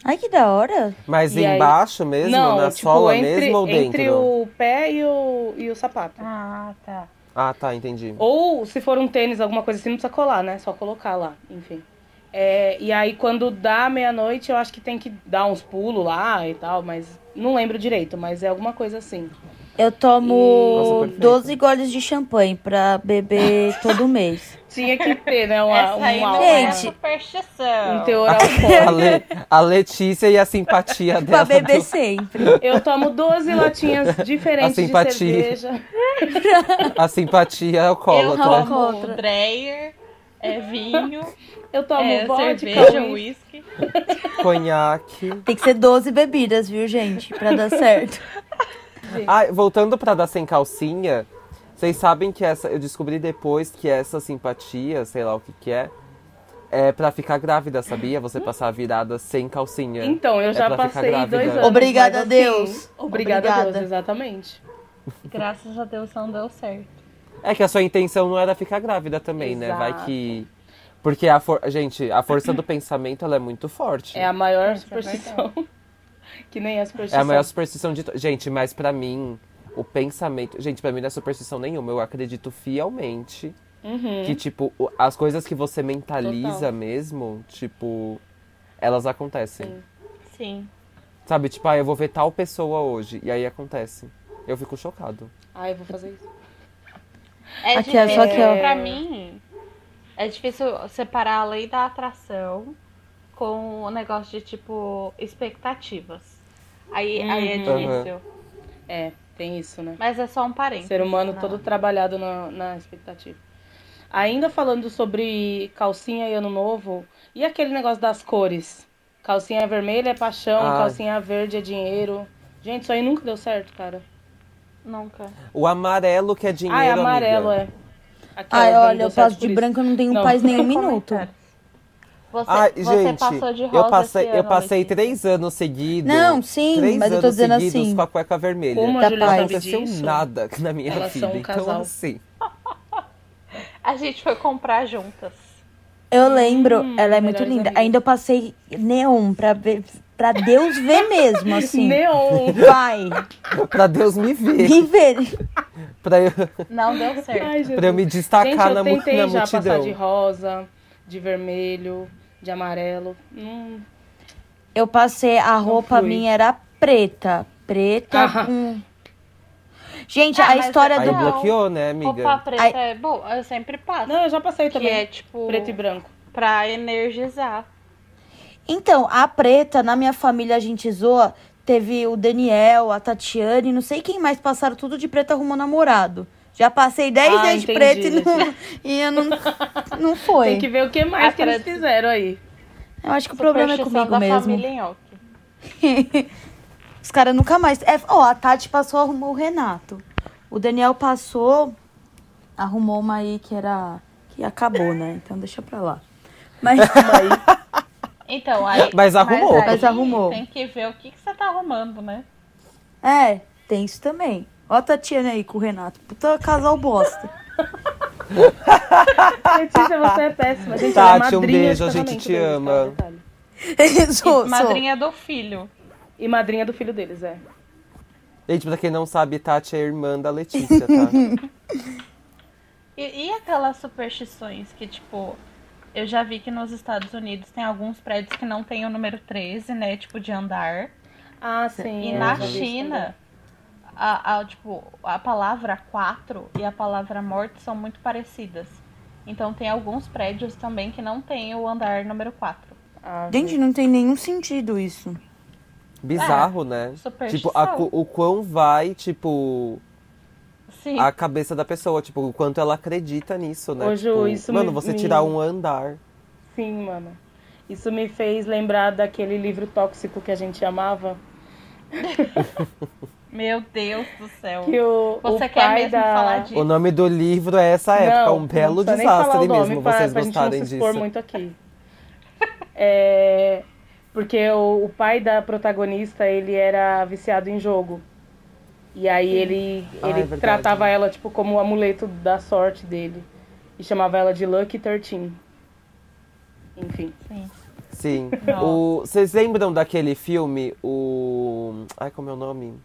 Speaker 7: Ai, que da hora.
Speaker 3: Mas
Speaker 6: E aí-
Speaker 3: embaixo mesmo?
Speaker 6: não,
Speaker 3: na
Speaker 6: tipo,
Speaker 3: sola
Speaker 6: entre,
Speaker 3: mesmo ou dentro?
Speaker 6: entre o pé e o, e o sapato.
Speaker 5: Ah, tá.
Speaker 3: Ah, tá, entendi.
Speaker 6: Ou se for um tênis, alguma coisa assim, não precisa colar, né? Só colocar lá, enfim. É, e aí quando dá meia-noite, eu acho que tem que dar uns pulos lá e tal, mas não lembro direito, mas é alguma coisa assim.
Speaker 7: Eu
Speaker 3: Nossa,
Speaker 7: tomo
Speaker 3: perfeito.
Speaker 7: 12 goles de champanhe pra beber todo mês.
Speaker 6: Tinha que ter, né? Uma,
Speaker 5: Essa aí
Speaker 6: uma,
Speaker 5: não
Speaker 6: uma-
Speaker 5: é
Speaker 7: Gente.
Speaker 5: superstição.
Speaker 6: um teor alcoólico.
Speaker 3: A, Le- a Letícia e a simpatia
Speaker 7: [laughs] pra
Speaker 3: dela.
Speaker 7: beber
Speaker 3: do-
Speaker 7: sempre.
Speaker 6: Eu tomo 12 latinhas
Speaker 3: [laughs]
Speaker 6: diferentes
Speaker 3: A
Speaker 6: de
Speaker 3: simpatia.
Speaker 6: cerveja.
Speaker 3: A simpatia é
Speaker 5: Eu
Speaker 3: alcoólatra.
Speaker 7: não.
Speaker 5: tomo
Speaker 7: Contra.
Speaker 5: Dreyer, é
Speaker 7: [laughs]
Speaker 5: vinho,
Speaker 6: Eu tomo
Speaker 5: é
Speaker 6: vodka, um-
Speaker 5: cerveja,
Speaker 6: uísque.
Speaker 5: uísque.
Speaker 3: Conhaque.
Speaker 7: Tem que ser 12 bebidas, viu, gente? Pra dar certo.
Speaker 3: Ah, voltando pra dar sem calcinha, vocês sabem que essa. Eu descobri depois que essa simpatia, sei lá o que que é, é pra ficar grávida, sabia? Você passar a virada sem calcinha.
Speaker 6: Então, eu
Speaker 3: É
Speaker 6: já
Speaker 3: pra ficar
Speaker 6: passei
Speaker 3: grávida.
Speaker 6: dois anos.
Speaker 7: Obrigada
Speaker 6: mas
Speaker 7: a Deus.
Speaker 6: Obrigada, a
Speaker 7: Obrigada.
Speaker 6: Deus, exatamente.
Speaker 5: Graças a Deus não deu certo.
Speaker 3: É que a sua intenção não era ficar grávida também, né? Vai
Speaker 6: Exato.
Speaker 3: que. Porque a for... gente, a força do pensamento ela é muito forte.
Speaker 6: É a maior
Speaker 5: Essa é
Speaker 6: superstição. [laughs] que nem é
Speaker 3: É
Speaker 6: superstição.
Speaker 3: a maior superstição de. to- Gente, mas pra mim, o pensamento. Gente, pra mim não é superstição nenhuma. Eu acredito fielmente
Speaker 6: Uhum.
Speaker 3: que, tipo, o- as coisas que você mentaliza
Speaker 6: Total.
Speaker 3: mesmo, tipo, elas acontecem.
Speaker 6: Sim.
Speaker 5: Sim.
Speaker 3: Sabe, tipo, ah, eu vou ver tal pessoa hoje. E aí acontece. Eu fico chocado.
Speaker 6: Ah, eu vou fazer isso.
Speaker 5: É
Speaker 7: Aqui, ó, só
Speaker 5: difícil
Speaker 7: aqui, ó.
Speaker 5: pra mim. É difícil separar a lei da atração com o negócio de tipo expectativas. Aí, aí é
Speaker 3: Uhum.
Speaker 5: difícil.
Speaker 6: É, tem isso, né?
Speaker 5: Mas é só um parênteses.
Speaker 6: Ser humano
Speaker 5: né?
Speaker 6: todo trabalhado na, na expectativa. Ainda falando sobre calcinha e ano novo, e aquele negócio das cores? Calcinha vermelha é paixão,
Speaker 3: Ah.
Speaker 6: calcinha verde é dinheiro. Gente, isso aí nunca deu certo, cara.
Speaker 5: Nunca.
Speaker 3: O amarelo que é dinheiro.
Speaker 6: ah, é amarelo,
Speaker 3: amiga.
Speaker 6: é. Aquelas
Speaker 7: Ai,
Speaker 6: não
Speaker 7: olha,
Speaker 6: deu
Speaker 7: eu
Speaker 6: certo
Speaker 7: passo
Speaker 6: por
Speaker 7: de
Speaker 6: isso.
Speaker 7: branco, eu não tenho
Speaker 6: Não.
Speaker 7: paz nem um minuto.
Speaker 5: Você,
Speaker 3: Ai,
Speaker 5: você
Speaker 3: Ah, gente,
Speaker 5: passou de rosa
Speaker 3: eu passei,
Speaker 5: esse ano,
Speaker 3: eu passei
Speaker 5: Letícia.
Speaker 3: três anos seguidos.
Speaker 7: Não, sim,
Speaker 3: três
Speaker 7: mas eu
Speaker 3: anos
Speaker 7: tô dizendo
Speaker 3: seguidos
Speaker 7: assim.
Speaker 3: com a cueca vermelha.
Speaker 6: Como
Speaker 7: Tá
Speaker 6: a Julia
Speaker 7: paz.
Speaker 3: não
Speaker 6: sabe
Speaker 3: aconteceu
Speaker 6: disso?
Speaker 3: nada na minha
Speaker 6: Elas
Speaker 3: vida.
Speaker 6: são um
Speaker 3: Então,
Speaker 6: casal.
Speaker 3: assim.
Speaker 5: A gente foi comprar juntas.
Speaker 7: Eu lembro, ela é muito
Speaker 6: melhores
Speaker 7: linda.
Speaker 6: amigas.
Speaker 7: Ainda eu passei neon pra ver, pra Deus ver mesmo, assim. [laughs]
Speaker 6: Neon!
Speaker 7: Vai,
Speaker 3: Pra Deus me ver.
Speaker 7: me ver.
Speaker 3: pra, eu,
Speaker 5: Não deu certo.
Speaker 6: Ai, Jesus.
Speaker 3: pra eu me
Speaker 6: Gente,
Speaker 3: destacar
Speaker 6: eu
Speaker 3: na, mu-
Speaker 6: tentei
Speaker 3: na
Speaker 6: já passar
Speaker 3: multidão.
Speaker 6: de rosa, de vermelho, de amarelo. Hum,
Speaker 7: Eu passei, a roupa
Speaker 6: fui.
Speaker 7: minha era preta. Preta
Speaker 6: Ah.
Speaker 7: com. Gente,
Speaker 5: Ah,
Speaker 7: a
Speaker 5: mas
Speaker 7: história
Speaker 5: é
Speaker 3: Aí
Speaker 7: do.
Speaker 5: legal.
Speaker 3: bloqueou, né, amiga?
Speaker 5: Roupa preta
Speaker 7: Ai.
Speaker 5: é boa, eu sempre passo.
Speaker 6: Não, eu já passei
Speaker 5: que
Speaker 6: também.
Speaker 5: é tipo
Speaker 6: Preto e branco.
Speaker 5: pra energizar.
Speaker 7: Então, a preta, na minha família, a gente zoa Teve o Daniel, a Tatiane, não sei quem mais, passaram tudo de preto arrumando namorado. Já passei 10
Speaker 6: Ah,
Speaker 7: dias de
Speaker 6: entendi,
Speaker 7: preto e não, e eu não, não foi. Ah,
Speaker 6: Tem que ver o que mais
Speaker 5: A
Speaker 6: que eles
Speaker 5: Fred-
Speaker 6: fizeram aí.
Speaker 7: Eu acho que o problema é
Speaker 5: Superstição
Speaker 7: comigo
Speaker 5: da
Speaker 7: mesmo.
Speaker 5: família Nhoque.
Speaker 7: Os caras nunca mais. É, ó, a Tati passou, arrumou o Renato. O Daniel passou, arrumou uma aí que era. que acabou, né? Então deixa pra lá.
Speaker 6: [laughs]
Speaker 7: Mas uma aí.
Speaker 5: Então, aí,
Speaker 3: [laughs] Mas arrumou.
Speaker 7: Mas arrumou.
Speaker 5: Tem que ver o que, que você tá arrumando, né?
Speaker 7: É, tem isso também. Ó a Tatiana aí com o Renato. Puta casal bosta.
Speaker 6: Letícia, você é péssima. Gente, ela é
Speaker 3: Tati, um
Speaker 6: madrinha
Speaker 3: beijo,
Speaker 6: de
Speaker 3: a gente
Speaker 6: casamento
Speaker 3: te
Speaker 6: deles,
Speaker 3: ama.
Speaker 6: tá?
Speaker 7: [laughs] [laughs]
Speaker 6: Detalhe.
Speaker 7: Sou- sou.
Speaker 5: Madrinha do filho.
Speaker 6: E madrinha do filho deles, é.
Speaker 3: Gente, pra quem não sabe, Tati é irmã da Letícia,
Speaker 6: [laughs]
Speaker 3: tá?
Speaker 5: E, e aquelas superstições que, tipo, eu já vi que nos Estados Unidos tem alguns prédios que não tem o número 13, né? Tipo, de andar.
Speaker 6: Ah, sim.
Speaker 5: E
Speaker 6: eu
Speaker 5: na
Speaker 6: já vi isso
Speaker 5: China, a, a, tipo, a palavra 4 e a palavra morte são muito parecidas. Então tem alguns prédios também que não tem o andar número 4.
Speaker 6: também. Ah,
Speaker 7: Gente, não tem nenhum sentido isso.
Speaker 6: É,
Speaker 3: Bizarro, né? Tipo,
Speaker 5: Superstição.
Speaker 3: a cu- o quão vai, tipo,
Speaker 5: Sim.
Speaker 3: a cabeça da pessoa, tipo, o quanto ela acredita nisso, né?
Speaker 6: Ô, Ju,
Speaker 3: Tipo,
Speaker 6: isso
Speaker 3: mano,
Speaker 6: me-
Speaker 3: você
Speaker 6: me-
Speaker 3: tirar um andar.
Speaker 6: Sim, mano. Isso me fez lembrar daquele livro tóxico que a gente amava.
Speaker 5: Meu Deus do céu.
Speaker 6: Que o,
Speaker 5: Você
Speaker 6: o
Speaker 5: quer
Speaker 6: pai
Speaker 5: mesmo
Speaker 6: da...
Speaker 5: falar disso?
Speaker 3: O nome do livro é essa época,
Speaker 6: Não,
Speaker 3: um belo
Speaker 6: não precisa nem falar
Speaker 3: desastre
Speaker 6: o nome
Speaker 3: mesmo,
Speaker 6: pra,
Speaker 3: vocês
Speaker 6: pra
Speaker 3: gostarem
Speaker 6: gente não se
Speaker 3: disso.
Speaker 6: expor muito aqui. [laughs] É, porque o, o pai da protagonista, ele era viciado em jogo. E aí ele,
Speaker 3: Ah, é
Speaker 6: ele
Speaker 3: verdade.
Speaker 6: tratava ela tipo como o amuleto da sorte dele. E chamava ela de Lucky 13. Enfim.
Speaker 5: Sim.
Speaker 3: Sim.
Speaker 5: Nossa.
Speaker 3: O- Vocês lembram daquele filme, o. Ai, como é o nome?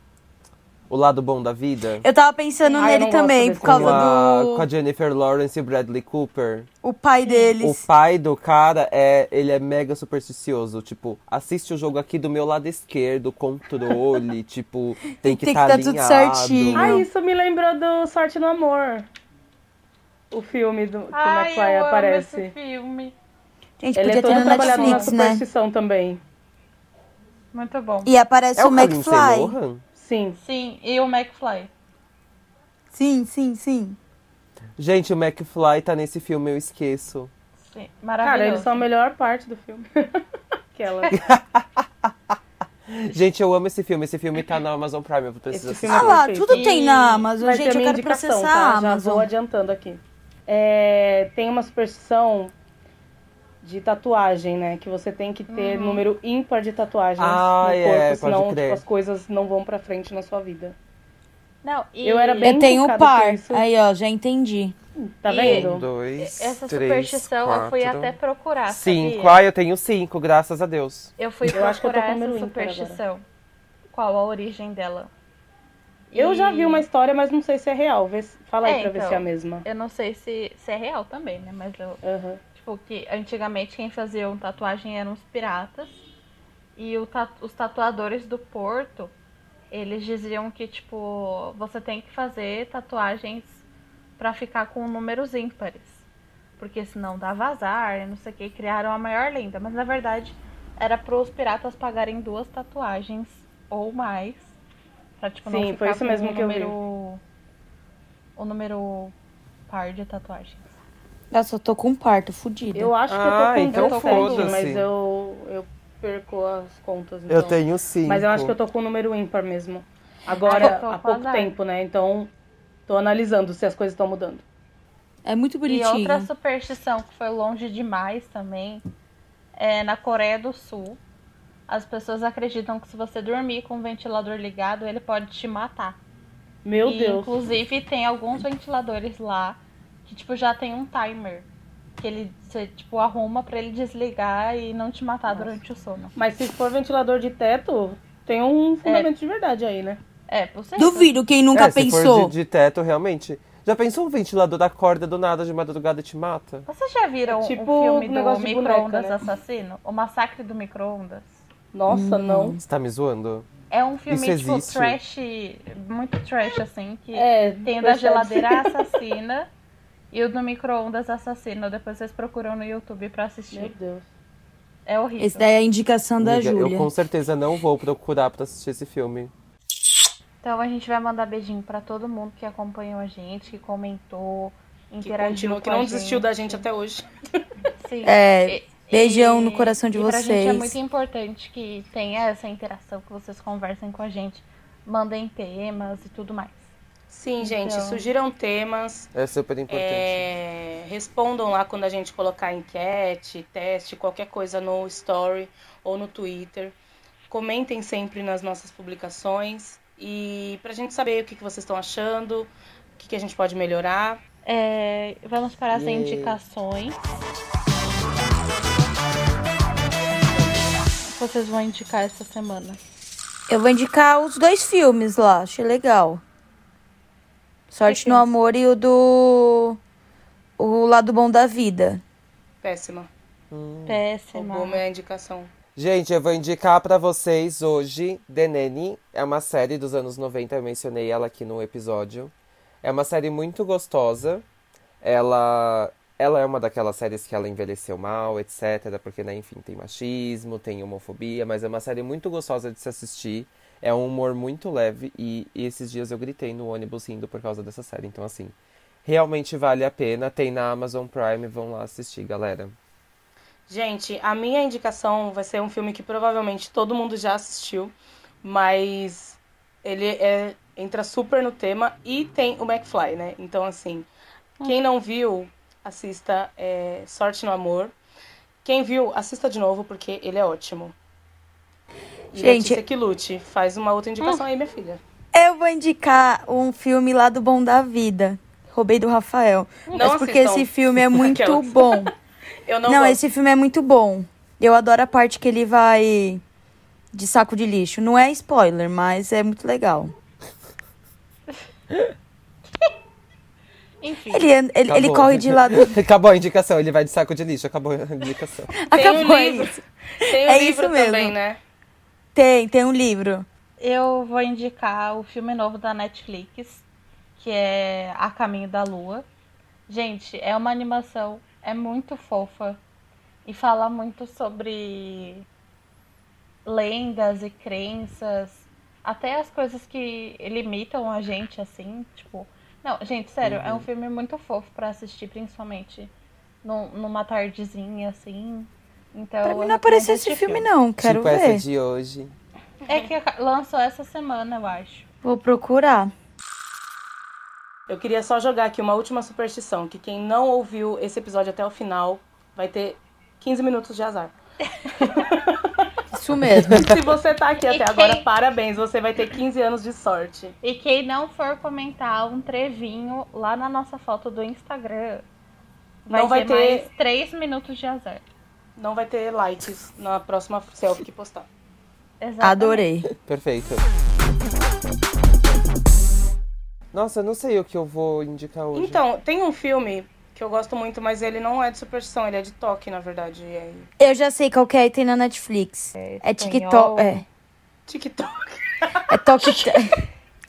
Speaker 3: O Lado Bom da Vida?
Speaker 7: Eu tava pensando
Speaker 6: Ah, eu não
Speaker 7: nele
Speaker 6: gosto
Speaker 7: também,
Speaker 6: desse
Speaker 7: É por causa
Speaker 3: com, a,
Speaker 7: do.
Speaker 3: com a Jennifer Lawrence e o Bradley Cooper.
Speaker 7: O pai
Speaker 3: O
Speaker 7: deles.
Speaker 3: pai do cara é. Ele é mega supersticioso. Tipo, assiste o jogo aqui do meu lado
Speaker 7: [laughs]
Speaker 3: esquerdo, controle. tipo, tem que
Speaker 7: Tem que
Speaker 3: estar
Speaker 7: tá tudo certinho.
Speaker 6: Ah,
Speaker 7: Não.
Speaker 6: isso me lembrou do Sorte no Amor. O filme do, é que o
Speaker 5: Ai,
Speaker 6: McFly
Speaker 5: eu
Speaker 6: aparece.
Speaker 5: amo esse filme.
Speaker 7: Gente,
Speaker 6: Ele
Speaker 7: podia
Speaker 6: é
Speaker 7: ter
Speaker 6: todo
Speaker 7: no
Speaker 6: trabalhado na
Speaker 7: Netflix, né?
Speaker 6: superstição também.
Speaker 5: Muito bom.
Speaker 7: E aparece
Speaker 3: É
Speaker 7: o,
Speaker 3: o Lindsay
Speaker 7: McFly.
Speaker 3: Lohan?
Speaker 6: Sim.
Speaker 5: Sim, e o McFly.
Speaker 7: Sim, sim, sim.
Speaker 3: Gente, o McFly tá nesse filme, eu esqueço.
Speaker 5: Sim,
Speaker 6: Cara,
Speaker 5: maravilhoso.
Speaker 6: eles são a melhor parte do filme. [laughs]
Speaker 7: [laughs]
Speaker 6: Aquela.
Speaker 3: Gente, eu amo esse filme. Esse filme tá na Amazon Prime, eu preciso assistir.
Speaker 6: Esse filme
Speaker 7: Ah lá,
Speaker 6: perfeito.
Speaker 7: tudo tem na
Speaker 5: E-
Speaker 7: Amazon.
Speaker 6: Vai ter
Speaker 7: Gente, eu
Speaker 6: minha
Speaker 7: quero
Speaker 6: indicação,
Speaker 7: processar
Speaker 6: tá?
Speaker 7: a
Speaker 6: Já vou
Speaker 7: Amazon.
Speaker 6: adiantando aqui. É, tem uma superstição de tatuagem, né? Que você tem que ter número ímpar de tatuagens
Speaker 3: Uhum. Ah,
Speaker 6: no
Speaker 3: é,
Speaker 6: corpo,
Speaker 3: pode
Speaker 6: senão
Speaker 3: crer.
Speaker 6: tipo, as coisas não vão pra frente na sua vida.
Speaker 5: Não, e
Speaker 6: Eu era bem
Speaker 7: Eu tenho o
Speaker 6: encucada com
Speaker 7: par.
Speaker 6: isso.
Speaker 7: Aí, ó, já entendi.
Speaker 6: Tá
Speaker 5: E-
Speaker 3: Um,
Speaker 6: vendo?
Speaker 3: dois,
Speaker 5: essa
Speaker 3: três,
Speaker 5: superstição eu fui
Speaker 3: quatro,
Speaker 5: até procurar.
Speaker 3: Cinco.
Speaker 5: sabia?
Speaker 3: Ah, eu tenho cinco, graças a Deus.
Speaker 5: Eu fui
Speaker 6: Eu acho que eu tô
Speaker 5: procurar
Speaker 6: com o
Speaker 5: essa
Speaker 6: número ímpar
Speaker 5: superstição. Qual a origem dela?
Speaker 6: Eu
Speaker 5: E
Speaker 6: já vi uma história, mas não sei se é real. Vê se- Fala aí
Speaker 5: É,
Speaker 6: pra ver
Speaker 5: então.
Speaker 6: se é a mesma.
Speaker 5: Eu não sei se, se é real também, né? Mas eu.
Speaker 7: Uhum.
Speaker 6: Aham.
Speaker 5: Tipo, que antigamente quem fazia um tatuagem eram os piratas. E o ta- os tatuadores do porto, eles diziam que, tipo, você tem que fazer tatuagens pra ficar com números ímpares. Porque senão dá vazar, e não sei o que, criaram a maior lenda. Mas na verdade era pros piratas pagarem duas tatuagens ou mais. Pra, tipo, não
Speaker 6: Sim,
Speaker 5: ficar
Speaker 6: foi isso
Speaker 5: com
Speaker 6: mesmo
Speaker 5: o
Speaker 6: que eu vi.
Speaker 5: número... O número par de tatuagens.
Speaker 7: Nossa, eu tô com um parto, fudida.
Speaker 6: Eu acho
Speaker 3: Ah,
Speaker 6: que eu
Speaker 3: então
Speaker 6: tô com 17,
Speaker 5: foda-se.
Speaker 6: mas eu, eu perco as contas.
Speaker 3: Eu
Speaker 6: Então.
Speaker 3: tenho cinco.
Speaker 6: Mas eu acho que eu tô com um número ímpar mesmo. Agora,
Speaker 5: Ah, eu tô
Speaker 6: há
Speaker 5: com
Speaker 6: pouco
Speaker 5: azar.
Speaker 6: tempo, né? Então, tô analisando se as coisas estão mudando.
Speaker 7: É muito
Speaker 5: E
Speaker 7: bonitinho.
Speaker 5: outra superstição que foi longe demais também é na Coreia do Sul. As pessoas acreditam que se você dormir com o ventilador ligado, ele pode te matar.
Speaker 6: Meu
Speaker 5: e,
Speaker 6: Deus.
Speaker 5: Inclusive, tem alguns ventiladores lá que, tipo, já tem um timer. Que ele, você, tipo, arruma pra ele desligar e não te matar
Speaker 6: Nossa.
Speaker 5: durante o sono.
Speaker 6: Mas se for ventilador de teto, tem um fundamento de verdade aí, né?
Speaker 5: É, você...
Speaker 7: Duvido quem nunca
Speaker 3: É, se for
Speaker 7: pensou.
Speaker 3: de, de teto, realmente. Já pensou um ventilador da corda do nada de madrugada e te mata?
Speaker 5: Vocês já viram
Speaker 6: É tipo
Speaker 5: o filme
Speaker 6: um
Speaker 5: do
Speaker 6: negócio de boneca,
Speaker 5: micro-ondas
Speaker 6: né?
Speaker 5: assassino? O Massacre do micro-ondas?
Speaker 6: Nossa, não.
Speaker 3: Você tá me zoando?
Speaker 5: É um filme,
Speaker 3: Isso
Speaker 5: tipo,
Speaker 3: existe?
Speaker 5: trash, muito trash, assim, que
Speaker 6: É,
Speaker 5: tem o da
Speaker 6: percebe-se. [laughs]
Speaker 5: geladeira assim, assassina e o do micro-ondas assassino. Depois vocês procuram no YouTube pra
Speaker 6: Meu
Speaker 5: assistir.
Speaker 6: Deus.
Speaker 5: É horrível.
Speaker 7: Esse daí é a indicação da
Speaker 3: Amiga, eu
Speaker 7: Júlia.
Speaker 3: com certeza não vou procurar pra assistir esse filme.
Speaker 5: Então a gente vai mandar beijinho pra todo mundo que acompanhou a gente, que comentou,
Speaker 6: Que
Speaker 5: interagiu
Speaker 6: continua,
Speaker 5: com
Speaker 6: que
Speaker 5: a
Speaker 6: não desistiu da gente até hoje.
Speaker 5: Sim.
Speaker 7: É,
Speaker 5: E-
Speaker 7: beijão
Speaker 5: e-
Speaker 7: no coração de
Speaker 5: e Pra gente é
Speaker 7: vocês.
Speaker 5: muito importante que tenha essa interação, que vocês conversem com a gente, mandem temas e tudo mais.
Speaker 6: Sim, gente,
Speaker 5: Então.
Speaker 6: sugiram temas.
Speaker 3: É super importante.
Speaker 6: é, respondam lá quando a gente colocar enquete, teste, qualquer coisa no story ou no Twitter. Comentem sempre nas nossas publicações e pra gente saber o que, que vocês estão achando, o que, que a gente pode melhorar.
Speaker 5: É, vamos para as
Speaker 3: E-
Speaker 5: indicações. Vocês vão indicar essa semana.
Speaker 7: Eu vou indicar os dois filmes lá, achei legal. Sorte
Speaker 5: Que
Speaker 7: no
Speaker 5: filmes?
Speaker 7: Amor e o do. O Lado Bom da Vida.
Speaker 6: Péssima.
Speaker 5: Péssima.
Speaker 6: Roubou minha indicação.
Speaker 3: Gente, eu vou indicar pra vocês hoje The Nanny. É uma série dos anos 90, eu mencionei ela aqui no episódio. É uma série muito gostosa. Ela, ela é uma daquelas séries que ela envelheceu mal, etc. Porque, né, enfim, tem machismo, tem homofobia, mas é uma série muito gostosa de se assistir. É um humor muito leve e, e esses dias eu gritei no ônibus rindo por causa dessa série. Então, assim, realmente vale a pena. Tem na Amazon Prime, vão lá assistir, galera.
Speaker 6: Gente, a minha indicação vai ser um filme que provavelmente todo mundo já assistiu, mas ele é- entra super no tema e tem o McFly, né? Então, assim, quem não viu, assista é, Sorte no Amor. Quem viu, assista de novo, porque ele é ótimo. E
Speaker 7: Gente- Ah.
Speaker 6: Letícia que lute. Faz uma outra indicação aí, minha filha.
Speaker 7: Eu vou indicar um filme Lado Bom da Vida. Roubei do Rafael. Mas porque
Speaker 6: assistam.
Speaker 7: esse filme
Speaker 6: [laughs]
Speaker 7: é muito
Speaker 6: Aquelas.
Speaker 7: bom.
Speaker 6: Eu não
Speaker 7: Não,
Speaker 6: gosto.
Speaker 7: esse filme é muito bom. Eu adoro a parte que ele vai de saco de lixo. Não é spoiler, mas é muito
Speaker 6: [laughs]
Speaker 7: legal.
Speaker 5: Enfim,
Speaker 7: Ele, an- ele, ele
Speaker 3: Acabou.
Speaker 7: corre de lado.
Speaker 3: [laughs] Acabou a indicação, ele vai de saco de lixo, acabou a indicação.
Speaker 6: Tem um
Speaker 7: Acabou
Speaker 6: livro.
Speaker 7: isso.
Speaker 6: Tem o
Speaker 7: É
Speaker 6: livro
Speaker 7: isso mesmo.
Speaker 6: também, né?
Speaker 7: Tem, tem um livro.
Speaker 5: eu vou indicar o filme novo da Netflix, que é A Caminho da Lua. Gente, é uma animação, é muito fofa e fala muito sobre lendas e crenças, até as coisas que limitam a gente, assim, tipo. Não, gente, sério, é um
Speaker 7: Uhum.
Speaker 5: filme muito fofo pra assistir, principalmente num- numa tardezinha, assim.
Speaker 7: Pra
Speaker 5: Então, eu
Speaker 7: mim não
Speaker 5: recomendo
Speaker 7: apareceu esse filme, não. Quero
Speaker 3: tipo
Speaker 7: ver.
Speaker 3: essa de hoje.
Speaker 5: É que aca- lançou essa semana, eu acho.
Speaker 7: Vou procurar.
Speaker 6: Eu queria só jogar aqui uma última superstição, que quem não ouviu esse episódio até o final vai ter 15 minutos de azar.
Speaker 7: Isso mesmo.
Speaker 6: Se você tá aqui até
Speaker 5: E
Speaker 6: agora,
Speaker 5: quem-
Speaker 6: parabéns, você vai ter 15 anos de sorte.
Speaker 5: E quem não for comentar um trevinho lá na nossa foto do Instagram, vai,
Speaker 6: Não vai
Speaker 5: ter,
Speaker 6: ter-
Speaker 5: mais 3 minutos de azar.
Speaker 6: Não vai ter likes na próxima selfie que postar.
Speaker 5: Exatamente.
Speaker 7: Adorei. [laughs]
Speaker 3: Perfeito. Nossa, eu não sei o que eu vou indicar hoje.
Speaker 6: Então, tem um filme que eu gosto muito, mas ele não é de superstição, ele é de toque, na verdade. É
Speaker 7: Eu já sei qual que é e tem na Netflix. É,
Speaker 5: espanhol.
Speaker 7: TikTok. É,
Speaker 6: TikTok.
Speaker 7: é toque.